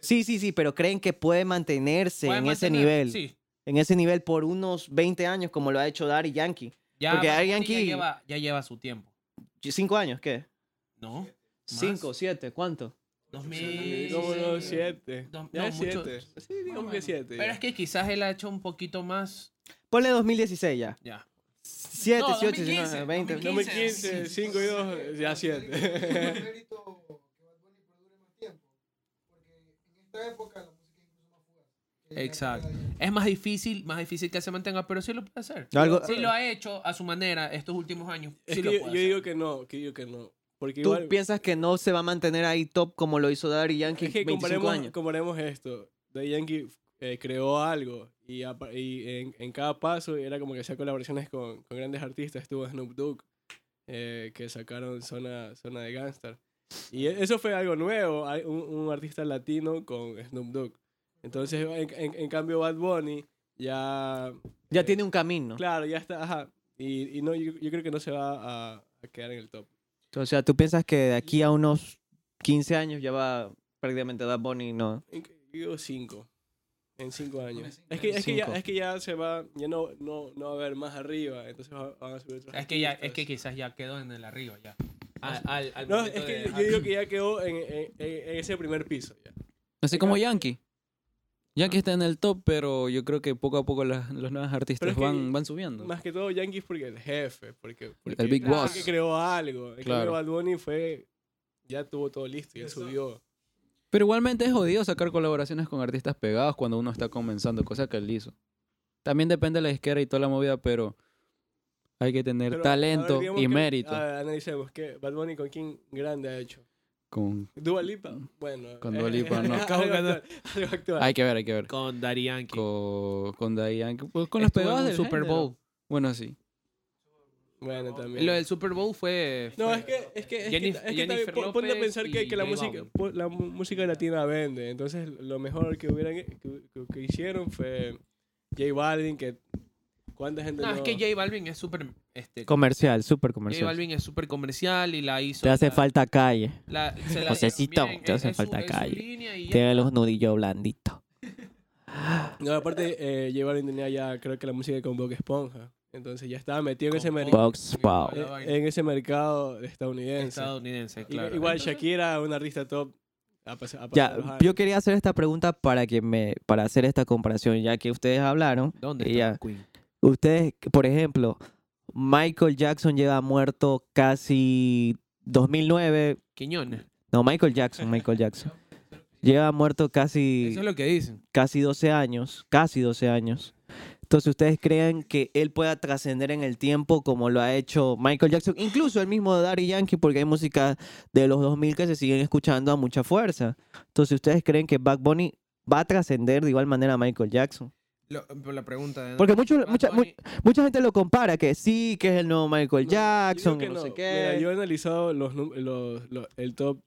A: Sí, sí, sí, pero creen que puede mantenerse
B: Puede
A: en ese
B: mantener-
A: nivel.
B: Sí,
A: En ese nivel por unos 20 años, como lo ha hecho Daddy Yankee.
B: ya.
A: Porque
B: Bad
A: hay
B: Bunny
A: alguien
B: ya
A: que-
B: lleva, ya lleva su tiempo.
A: ¿Cinco años qué?
B: ¿No?
A: ¿Cinco, siete? ¿Cuánto?
B: 2000.
E: Como los siete.
B: Dos-
E: ya
B: no,
E: es
B: mucho-
E: siete. Sí, digamos que siete.
B: Pero
E: ya.
B: es que quizás él ha hecho un poquito más.
A: Ponle 2016 ya.
B: Ya.
A: Siete,
B: No,
A: siete,
B: 2015,
A: 20.
E: 2015, 5 y 2, ya 7.
B: Exacto. Es más difícil, más difícil que se mantenga, pero sí lo puede hacer.
A: Algo-
B: Sí lo ha hecho a su manera estos últimos años.
E: Es
B: sí
E: que
B: lo
E: yo,
B: puede
E: yo
B: hacer.
E: digo que no, que digo que no. Porque
A: ¿Tú
E: igual,
A: piensas que no se va a mantener ahí top como lo hizo Daddy Yankee
E: es que
A: 25
E: comparemos,
A: años?
E: comparemos esto. The Yankee eh, creó algo y, apa- y en, en cada paso era como que hacía colaboraciones con, con grandes artistas. Estuvo Snoop Dogg, eh, que sacaron Zona, zona de Gangstar. Y e- eso fue algo nuevo, hay un, un artista latino con Snoop Dogg. Entonces, en, en- en cambio, Bad Bunny ya...
A: Ya tiene un camino.
E: Claro, ya está, ajá. Y, y no, yo, yo creo que no se va a, a quedar en el top.
A: O sea, ¿tú piensas que de aquí a unos 15 años ya va prácticamente Bad Bunny? No.
E: En- Yo digo 5. En 5 años. Es que, es, que ya,
A: Cinco.
E: es que ya se va, ya no, no, no va a haber más arriba, entonces va- van a subir otros.
B: Es que, ya, es que
E: artistas.
B: quizás ya quedó en el arriba ya. Al, al, al
E: No,
B: momento
E: es que
B: de
E: yo- yo
B: dejar-
E: digo que ya quedó en, en- en- en ese primer piso. Ya.
D: Así como Yankee.
E: Ah.
D: Yankee está en el top, pero yo creo que poco a poco las, los nuevos artistas
E: Pero es que-
D: van, van subiendo.
E: Más que todo Yankees porque el jefe, porque, porque
D: El Big Boss.
E: porque creó algo. En
D: Claro.
E: cambio Bad Bunny fue, ya tuvo todo listo, ya subió.
D: Pero igualmente es jodido sacar colaboraciones con artistas pegados cuando uno está comenzando, cosa que él hizo. También depende de la izquierda y toda la movida, pero hay que tener
E: Pero, a ver,
D: talento
E: digamos
D: y
E: que-
D: mérito.
E: a ver, analicemos, ¿qué? Bad Bunny con quién grande ha hecho.
D: Con-
E: Dua Lipa, bueno.
D: Mm.
E: eh,
D: Con Dua Lipa, no.
E: algo actual, algo actual.
D: Hay que ver, hay que ver.
B: Con Daddy Yankee.
D: Con, con Daddy Yankee, pues con los
B: Estuvo en
D: pegados
B: un
D: del
B: Super
D: género.
B: Bowl.
D: Bueno, sí.
E: Bueno, también.
B: Lo del Super Bowl fue.
E: No,
B: fue-
E: es que, es que, es
B: Jennifer-
E: que, es que
B: Jennifer
E: también pon- ponte a
B: López
E: pensar que,
B: y
E: que la,
B: J
E: música,
B: Balvin.
E: po- la mu- música latina vende. Entonces, lo mejor que, hubieran, que, que- que hicieron fue J Balvin, que... ¿Cuánta gente
B: No,
E: no-
B: es que J Balvin es súper. Este, J
A: Comercial, súper comercial.
B: Balvin es súper comercial y la hizo.
A: Te hace
B: la-
A: falta calle.
B: la- se la-
A: Josecito,
B: miren,
A: te
B: es-
A: hace
B: es su-
A: falta
B: es su
A: calle.
B: línea y ya.
A: Tiene los nudillos blanditos.
E: No, aparte, eh, J Balvin tenía ya, creo que la música con Bob Esponja. Entonces ya estaba metido en ese mercado.
A: Box Pau.
B: Wow.
E: En ese mercado estadounidense.
B: Estadounidense,
E: Y-
B: claro.
E: Igual Shakira, una artista top. ha pas- ha pasado los
A: Ya,
E: años.
A: yo quería hacer esta pregunta para que me, para hacer esta comparación, ya que ustedes hablaron.
B: ¿Dónde
A: y ya,
B: está Queen?
A: Ustedes, por ejemplo, Michael Jackson lleva muerto casi 2009.
B: Quiñones.
A: No, Michael Jackson, Michael Jackson. Lleva muerto casi,
B: Eso es lo que dicen.
A: casi 12 años, casi 12 años. Entonces, ¿ustedes creen que él pueda trascender en el tiempo como lo ha hecho Michael Jackson? Incluso el mismo Daddy Yankee, porque hay música de los 2000 que se siguen escuchando a mucha fuerza. Entonces, ¿ustedes creen que Bad Bunny va a trascender de igual manera a Michael Jackson?
B: Lo- por la pregunta de...
A: Porque mucho,
B: Bad
A: mucha, mu-
B: Bunny-
A: Mucha gente lo compara, que sí, que es el nuevo Michael
E: No,
A: Jackson,
E: yo digo
A: que
E: que
A: no, sé
E: no.
A: qué.
E: Mira, yo he analizado los, num- los- los- el top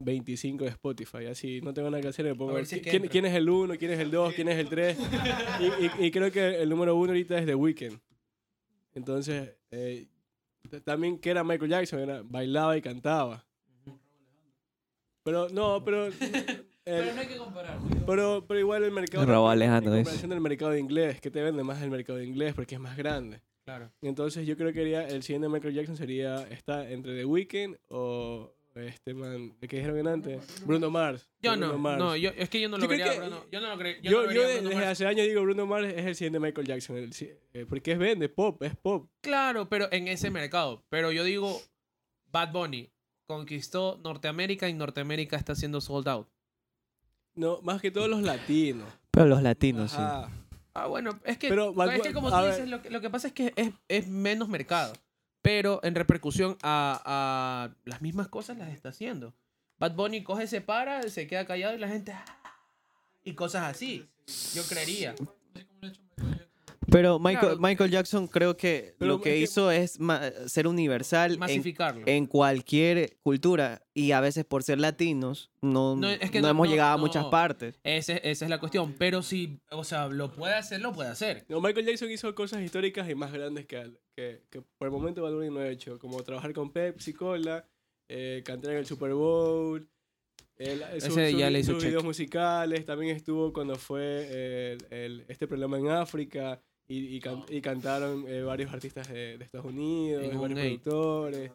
E: 25 de Spotify, así no tengo nada que hacer, me pongo
B: A
E: a
B: ver
E: ver
B: si es que
E: quién,
B: entra.
E: quién es el 1, quién es el 2, quién es el 3. Y, y- y creo que el número 1 ahorita es The Weeknd. Entonces, eh, t- también que era Michael Jackson, era, bailaba y cantaba. Pero no, pero... pero no hay que comparar. Pero, pero igual el mercado...
A: Raúl
E: también,
A: Alejandro
E: En
A: dice.
E: comparación del mercado de inglés, que te vende más el mercado de inglés porque es más grande.
B: Claro.
E: Entonces yo creo que haría- el siguiente Michael Jackson sería está entre The Weeknd o este man ¿qué dijeron antes Bruno Mars.
B: Yo
E: Bruno
B: no,
E: Mars.
B: no, yo, es que yo no lo
E: Yo creo
B: vería,
E: que-
B: Bruno. Yo no lo creo. Yo,
E: Yo,
B: no lo
E: yo
B: vería
E: de-
B: Bruno
E: desde
B: Mars.
E: hace años digo Bruno Mars es el siguiente Michael Jackson, el si- eh, porque es vende pop, es pop.
B: Claro, pero en ese mercado. Pero yo digo, Bad Bunny conquistó Norteamérica y Norteamérica está siendo sold out.
E: No, más que todos los latinos.
A: Pero los latinos, sí.
E: Ajá.
B: Ah, bueno, es que,
E: Pero Bad
B: es que
E: Bu-
B: como
E: a
B: tú
E: ver.
B: dices, lo que, lo que pasa es que es, es menos mercado. Pero en repercusión a, a las mismas cosas las está haciendo. Bad Bunny coge, se para, se queda callado y la gente... "Ah", Y cosas así. Yo creería.
A: Pero Michael,
B: Claro.
A: Michael Jackson creo que
E: Pero
A: lo que
E: es que-
A: hizo es ma- ser universal en,
B: Masificarlo.
A: en cualquier cultura. Y a veces por ser latinos no,
B: No, es que
A: no
B: no-
A: hemos
B: no,
A: llegado a
B: no.
A: muchas partes.
B: Ese- esa es la cuestión. Pero si, o sea, lo puede hacer, lo puede hacer.
E: No, Michael Jackson hizo cosas históricas y más grandes que, que, que por el momento Bad Bunny no ha hecho, como trabajar con Pepsi Cola, eh, cantar en el Super Bowl, el- su-
B: Ese
E: su-
B: ya le hizo
E: sus
B: check.
E: videos musicales, también estuvo cuando fue el- el- este problema en África y, y can- y cantaron eh, varios artistas de, de Estados Unidos,
B: En
E: varios
B: Hungría.
E: productores.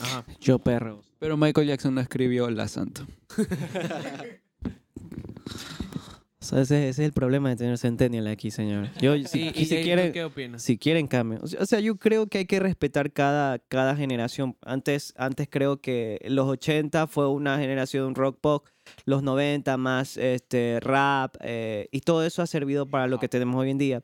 B: Ajá.
A: Yo, perro.
D: Pero Michael Jackson no escribió La Santa.
A: O sea, ese, ese es el problema de tener Centennial aquí, señor. Yo, si,
B: ¿Y, y
A: si
B: Jay,
A: quieren-
B: tú qué opinas?
A: Si quieren cambio. O sea- o sea, yo creo que hay que respetar cada, cada generación. Antes, antes creo que los 80 fue una generación rock pop, los 90 más este, rap, eh, y todo eso ha servido para lo que tenemos hoy en día.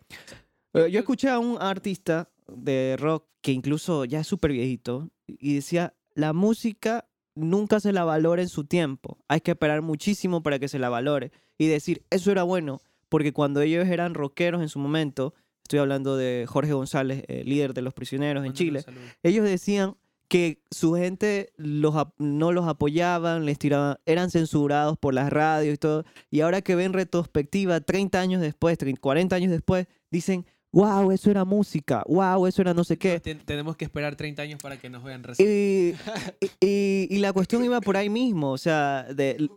A: Eh, yo escuché a un artista de rock que incluso ya es súper viejito y decía, la música nunca se la valora en su tiempo. Hay que esperar muchísimo para que se la valore y decir, eso era bueno, porque cuando ellos eran rockeros en su momento, Estoy hablando de Jorge González, eh, líder de los prisioneros en
B: Mándale un
A: Chile.
B: saludo.
A: Ellos decían que su gente los ap- no los apoyaban, les tiraban, eran censurados por las radios y todo. Y ahora que ven retrospectiva, 30 años después, 30, 40 años después, dicen, wow, eso era música, wow, eso era no sé qué.
B: Ten- tenemos que esperar 30 años para que nos vean recién.
A: Y, y- y la cuestión iba por ahí mismo, o sea, de,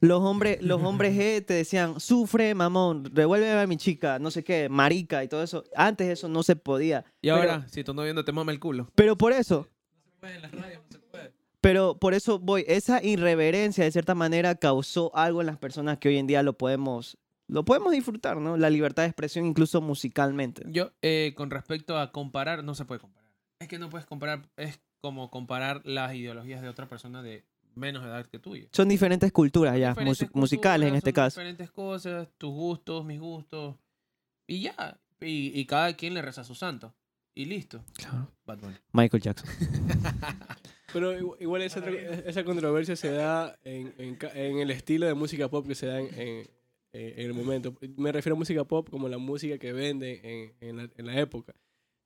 A: los hombres, los hombres G te decían, sufre, mamón, revuélveme a mi chica, no sé qué, marica y todo eso. Antes eso no se podía.
B: Y ahora, si tú no viendo, te mama el culo.
A: Pero por eso. Pero por eso voy, esa irreverencia de cierta manera causó algo en las personas que hoy en día lo podemos, lo podemos disfrutar, ¿no? La libertad de expresión incluso musicalmente.
B: Yo, eh, con respecto a comparar, no se puede comparar. Es que no puedes comparar, es como comparar las ideologías de otra persona de menos edad que tuya.
A: Son diferentes culturas ya,
B: Diferentes
A: musi- musicales en
B: culturas,
A: este
B: son
A: caso.
B: Diferentes cosas, tus gustos, mis gustos. Y ya. Y, y cada quien le reza a su santo. Y listo. Bad Bunny.
A: Michael Jackson.
E: Pero igu- igual esa, tro- esa controversia se da en, en ca- en el estilo de música pop que se da en, en- en el momento. Me refiero a música pop como la música que vende en, en la, en la época.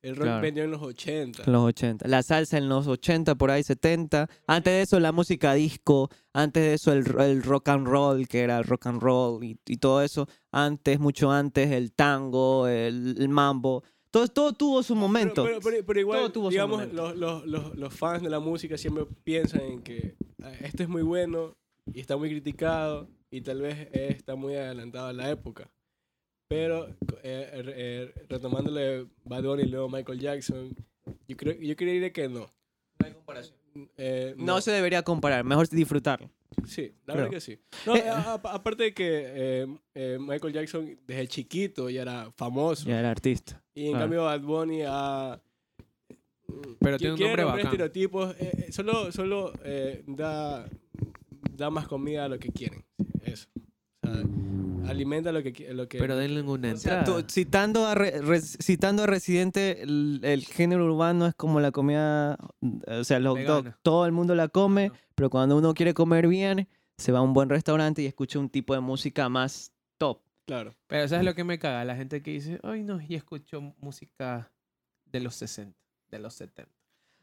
E: El rock
A: Claro.
E: vendió en los 80.
A: En los 80. La salsa en los 80, por ahí 70. Antes de eso la música disco. Antes de eso el, el rock and roll, que era el rock and roll y, y todo eso. Antes, mucho antes, el tango, el, el mambo. Todo, todo tuvo su momento.
E: Pero, pero- pero- pero
A: Todo
E: igual,
A: tuvo su
E: digamos,
A: momento.
E: los, los- los- los fans de la música siempre piensan en que "Ah, esto es muy bueno y está muy criticado y tal vez eh, está muy adelantado a la época. Pero co- eh, eh, eh, retomándole Bad Bunny y luego Michael Jackson, yo, creo, yo creería que no.
B: No hay comparación.
E: Eh,
A: No se debería comparar, mejor disfrutarlo.
E: Sí, la
A: Creo.
E: verdad que sí. No,
A: Eh,
E: a- a- aparte de que eh, eh, Michael Jackson desde chiquito ya era famoso.
A: Ya era artista.
E: Y en
A: Claro.
E: cambio Bad Bunny ha...
B: Pero
E: quien
B: tiene un
E: quiere
B: nombre
E: nombrar
B: bacán.
E: estereotipos, eh, eh, solo, solo eh, da, da más comida a lo que quieren. Eso. O sea, alimenta lo que... qui- Lo que
B: Pero denle una
A: O sea,
B: entrada.
A: tú- citando, a Re- Re- citando a Residente, el, el género urbano es como la comida, o sea, el hot dog.
B: Vegana.
A: Todo el mundo la come, pero cuando uno quiere comer bien, se va a un buen restaurante y escucha un tipo de música más top.
E: claro.
B: Pero ¿sabes lo que me caga? La gente que dice, ay no, y escucho música de los 60, de los 70.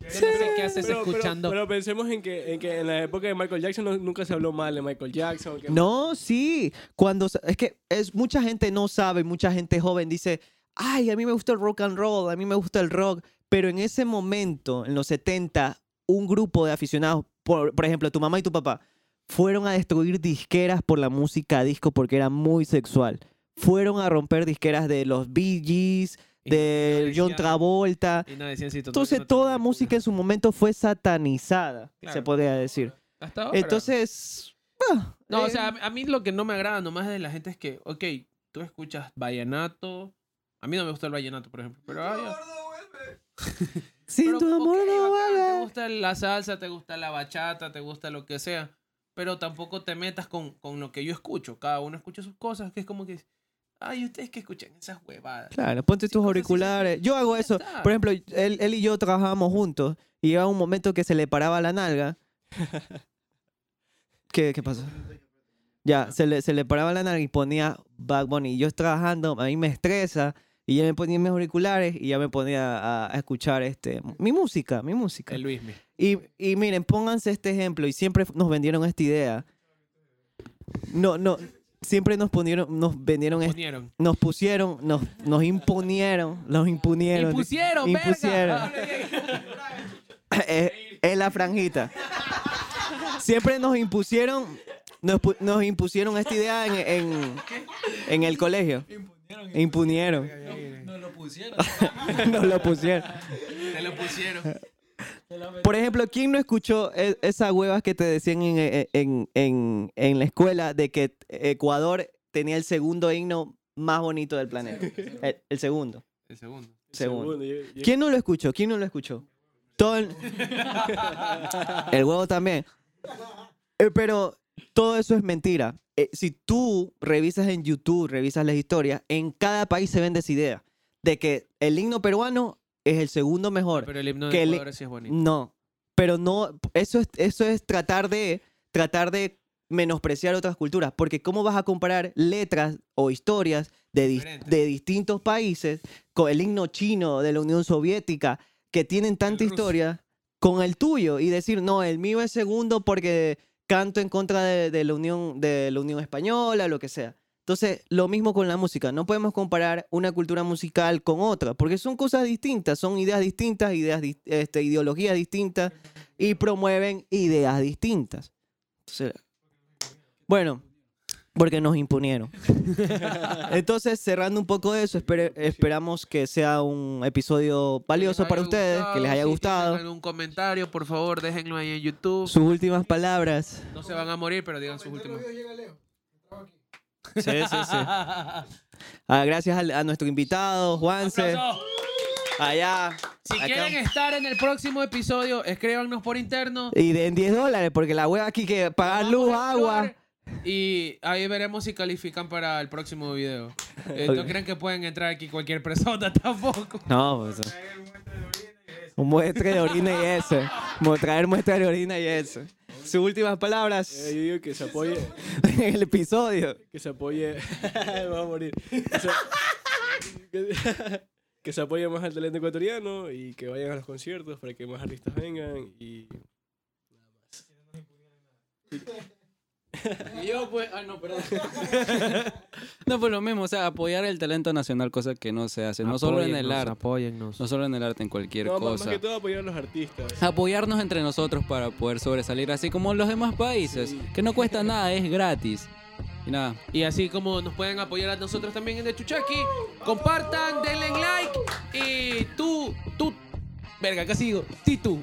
B: Yo no sé qué haces
E: Pero, pero-
B: escuchando.
E: pero pensemos en que, en que en la época de Michael Jackson no- nunca se habló mal de Michael Jackson. que-
A: No, sí. Cuando sa- es que es mucha gente no sabe, mucha gente joven dice, "Ay, a mí me gusta el rock and roll, a mí me gusta el rock", pero en ese momento, en los 70, un grupo de aficionados, por, por ejemplo, tu mamá y tu papá, fueron a destruir disqueras por la música disco porque era muy sexual. Fueron a romper disqueras de los Bee Gees,
B: Y no
A: de
B: decían-
A: John Travolta.
B: Y no decían si tú-
A: Entonces
B: no te
A: toda
B: pones
A: música
B: culo.
A: en su momento fue satanizada, se
B: Claro.
A: podría decir.
B: Hasta ahora.
A: Entonces, ah,
B: No, o
A: eh,
B: sea, a- a mí lo que no me agrada nomás de la gente es que, ok, tú escuchas vallenato. A mí no me gusta el vallenato, por ejemplo. Pero, ah, ya.
A: sin
B: Pero,
A: tu
B: ok,
A: amor no
B: bacán,
A: vale.
B: Te gusta la salsa, te gusta la bachata, te gusta lo que sea. Pero tampoco te metas con, con lo que yo escucho. Cada uno escucha sus cosas, que es como que. Ay, ustedes que escuchan esas huevadas.
A: Claro, ponte
B: cosas
A: tus
B: así se
A: auriculares. Yo hago
B: Ya
A: eso.
B: está.
A: Por ejemplo, él, él y yo trabajábamos juntos y llegaba un momento que se le paraba la nalga. ¿Qué, qué pasó? Ya, se le, se le paraba la nalga y ponía Bad Bunny. Y yo trabajando, a mí me estresa y ya me ponía mis auriculares y ya me ponía a, a escuchar este, mi música, mi música.
B: El Luismi.
A: Y, y miren, pónganse este ejemplo, y siempre nos vendieron esta idea. No, no, siempre nos ponieron, nos vendieron, est-
B: Ponieron.
A: nos pusieron, nos, nos imponieron, nos impunieron.
B: Impusieron,
A: Impusieron.
B: verga.
A: Eh, Es la franjita. Siempre nos impusieron, nos, pu- nos impusieron esta idea en, en, en el colegio. Impunieron.
B: Nos lo pusieron.
A: Nos lo pusieron.
B: Te lo pusieron.
A: Por ejemplo, ¿quién no escuchó e- esas huevas que te decían en, en- en- en- en la escuela de que Ecuador tenía el segundo himno más bonito del planeta? El, el segundo.
B: El segundo.
A: Segundo.
E: Segundo, yo- yo-
A: ¿Quién no lo escuchó? ¿Quién no lo escuchó? Todo el... el huevo también. Eh, Pero todo eso es mentira. Eh, si tú revisas en YouTube, revisas las historias, en cada país se vende esa idea de que el himno peruano es el segundo mejor.
B: Pero el himno
A: Que
B: de
A: le-
B: Ecuador sí es bonito.
A: No, pero no, eso es, eso es tratar de, tratar de menospreciar otras culturas, porque ¿cómo vas a comparar letras o historias de, dis-
B: Diferente.
A: de distintos países con el himno chino de la Unión Soviética, que tienen tanta
B: ruso.
A: historia, con el tuyo y decir, no, el mío es segundo porque canto en contra de, de la, Unión, de la Unión Española, lo que sea? Entonces, lo mismo con la música. No podemos comparar una cultura musical con otra, porque son cosas distintas, son ideas distintas, ideas dis- este, ideologías distintas y promueven ideas distintas. Entonces, bueno, porque nos imponieron. Entonces, cerrando un poco eso, espere- esperamos que sea un episodio valioso
B: les
A: para
B: haya
A: ustedes, que les haya
B: gustado, si
A: gustado.
B: tienen algún comentario, por favor, déjenlo ahí en YouTube.
A: Sus últimas palabras.
B: No se van a morir, pero digan sus últimas.
A: Sí, sí, sí. Ah, gracias al- a, nuestro invitado, Juanse.
B: ¡Aplauso!
A: Allá.
B: Si
A: acá.
B: quieren estar en el próximo episodio, escríbanos por interno.
A: Y den 10 dólares, porque la hueva aquí que pagar
B: Vamos
A: luz,
B: a
A: agua.
B: explorar Y ahí veremos si califican para el próximo video. Eh,
A: Ok.
B: No creen que pueden entrar aquí cualquier persona tampoco.
A: No, pues.
D: eh.
A: Un muestra de orina y eso. Mo- Traer muestra de orina y eso. Sus últimas palabras
E: eh, yo digo que se apoye...
A: en el episodio.
E: Que se apoye. Me voy a morir. Que se, que- que se apoye más al talento ecuatoriano y que vayan a los conciertos para que más artistas vengan. Y
D: Y yo, pues, ah, no, perdón. no, pues lo mismo, o sea, apoyar el talento nacional, cosa que no se hace, no solo en el
B: Apóyennos,
D: arte,
B: Apóyennos.
D: no solo en el arte, en cualquier
E: no, más, más
D: cosa.
E: que todo apoyar a los artistas.
D: Apoyarnos entre nosotros para poder sobresalir, así como en los demás países, que no cuesta nada, es gratis. Y nada,
B: Y así como nos pueden apoyar a nosotros también en The Chuchaki, compartan, denle like y tú, tú, verga, casi digo, Titu.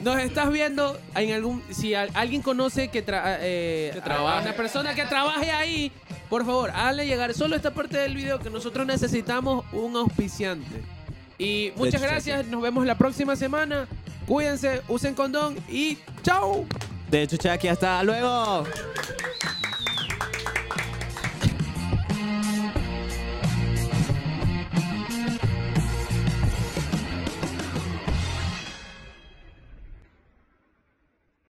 B: Nos estás viendo en algún. Si al- alguien conoce que, tra- eh, a- a una persona que trabaje ahí, por favor, hazle llegar solo esta parte del video que nosotros necesitamos un auspiciante. Y muchas gracias, nos vemos la próxima semana. Cuídense, usen condón y chao.
A: De Chuchaki, hasta luego.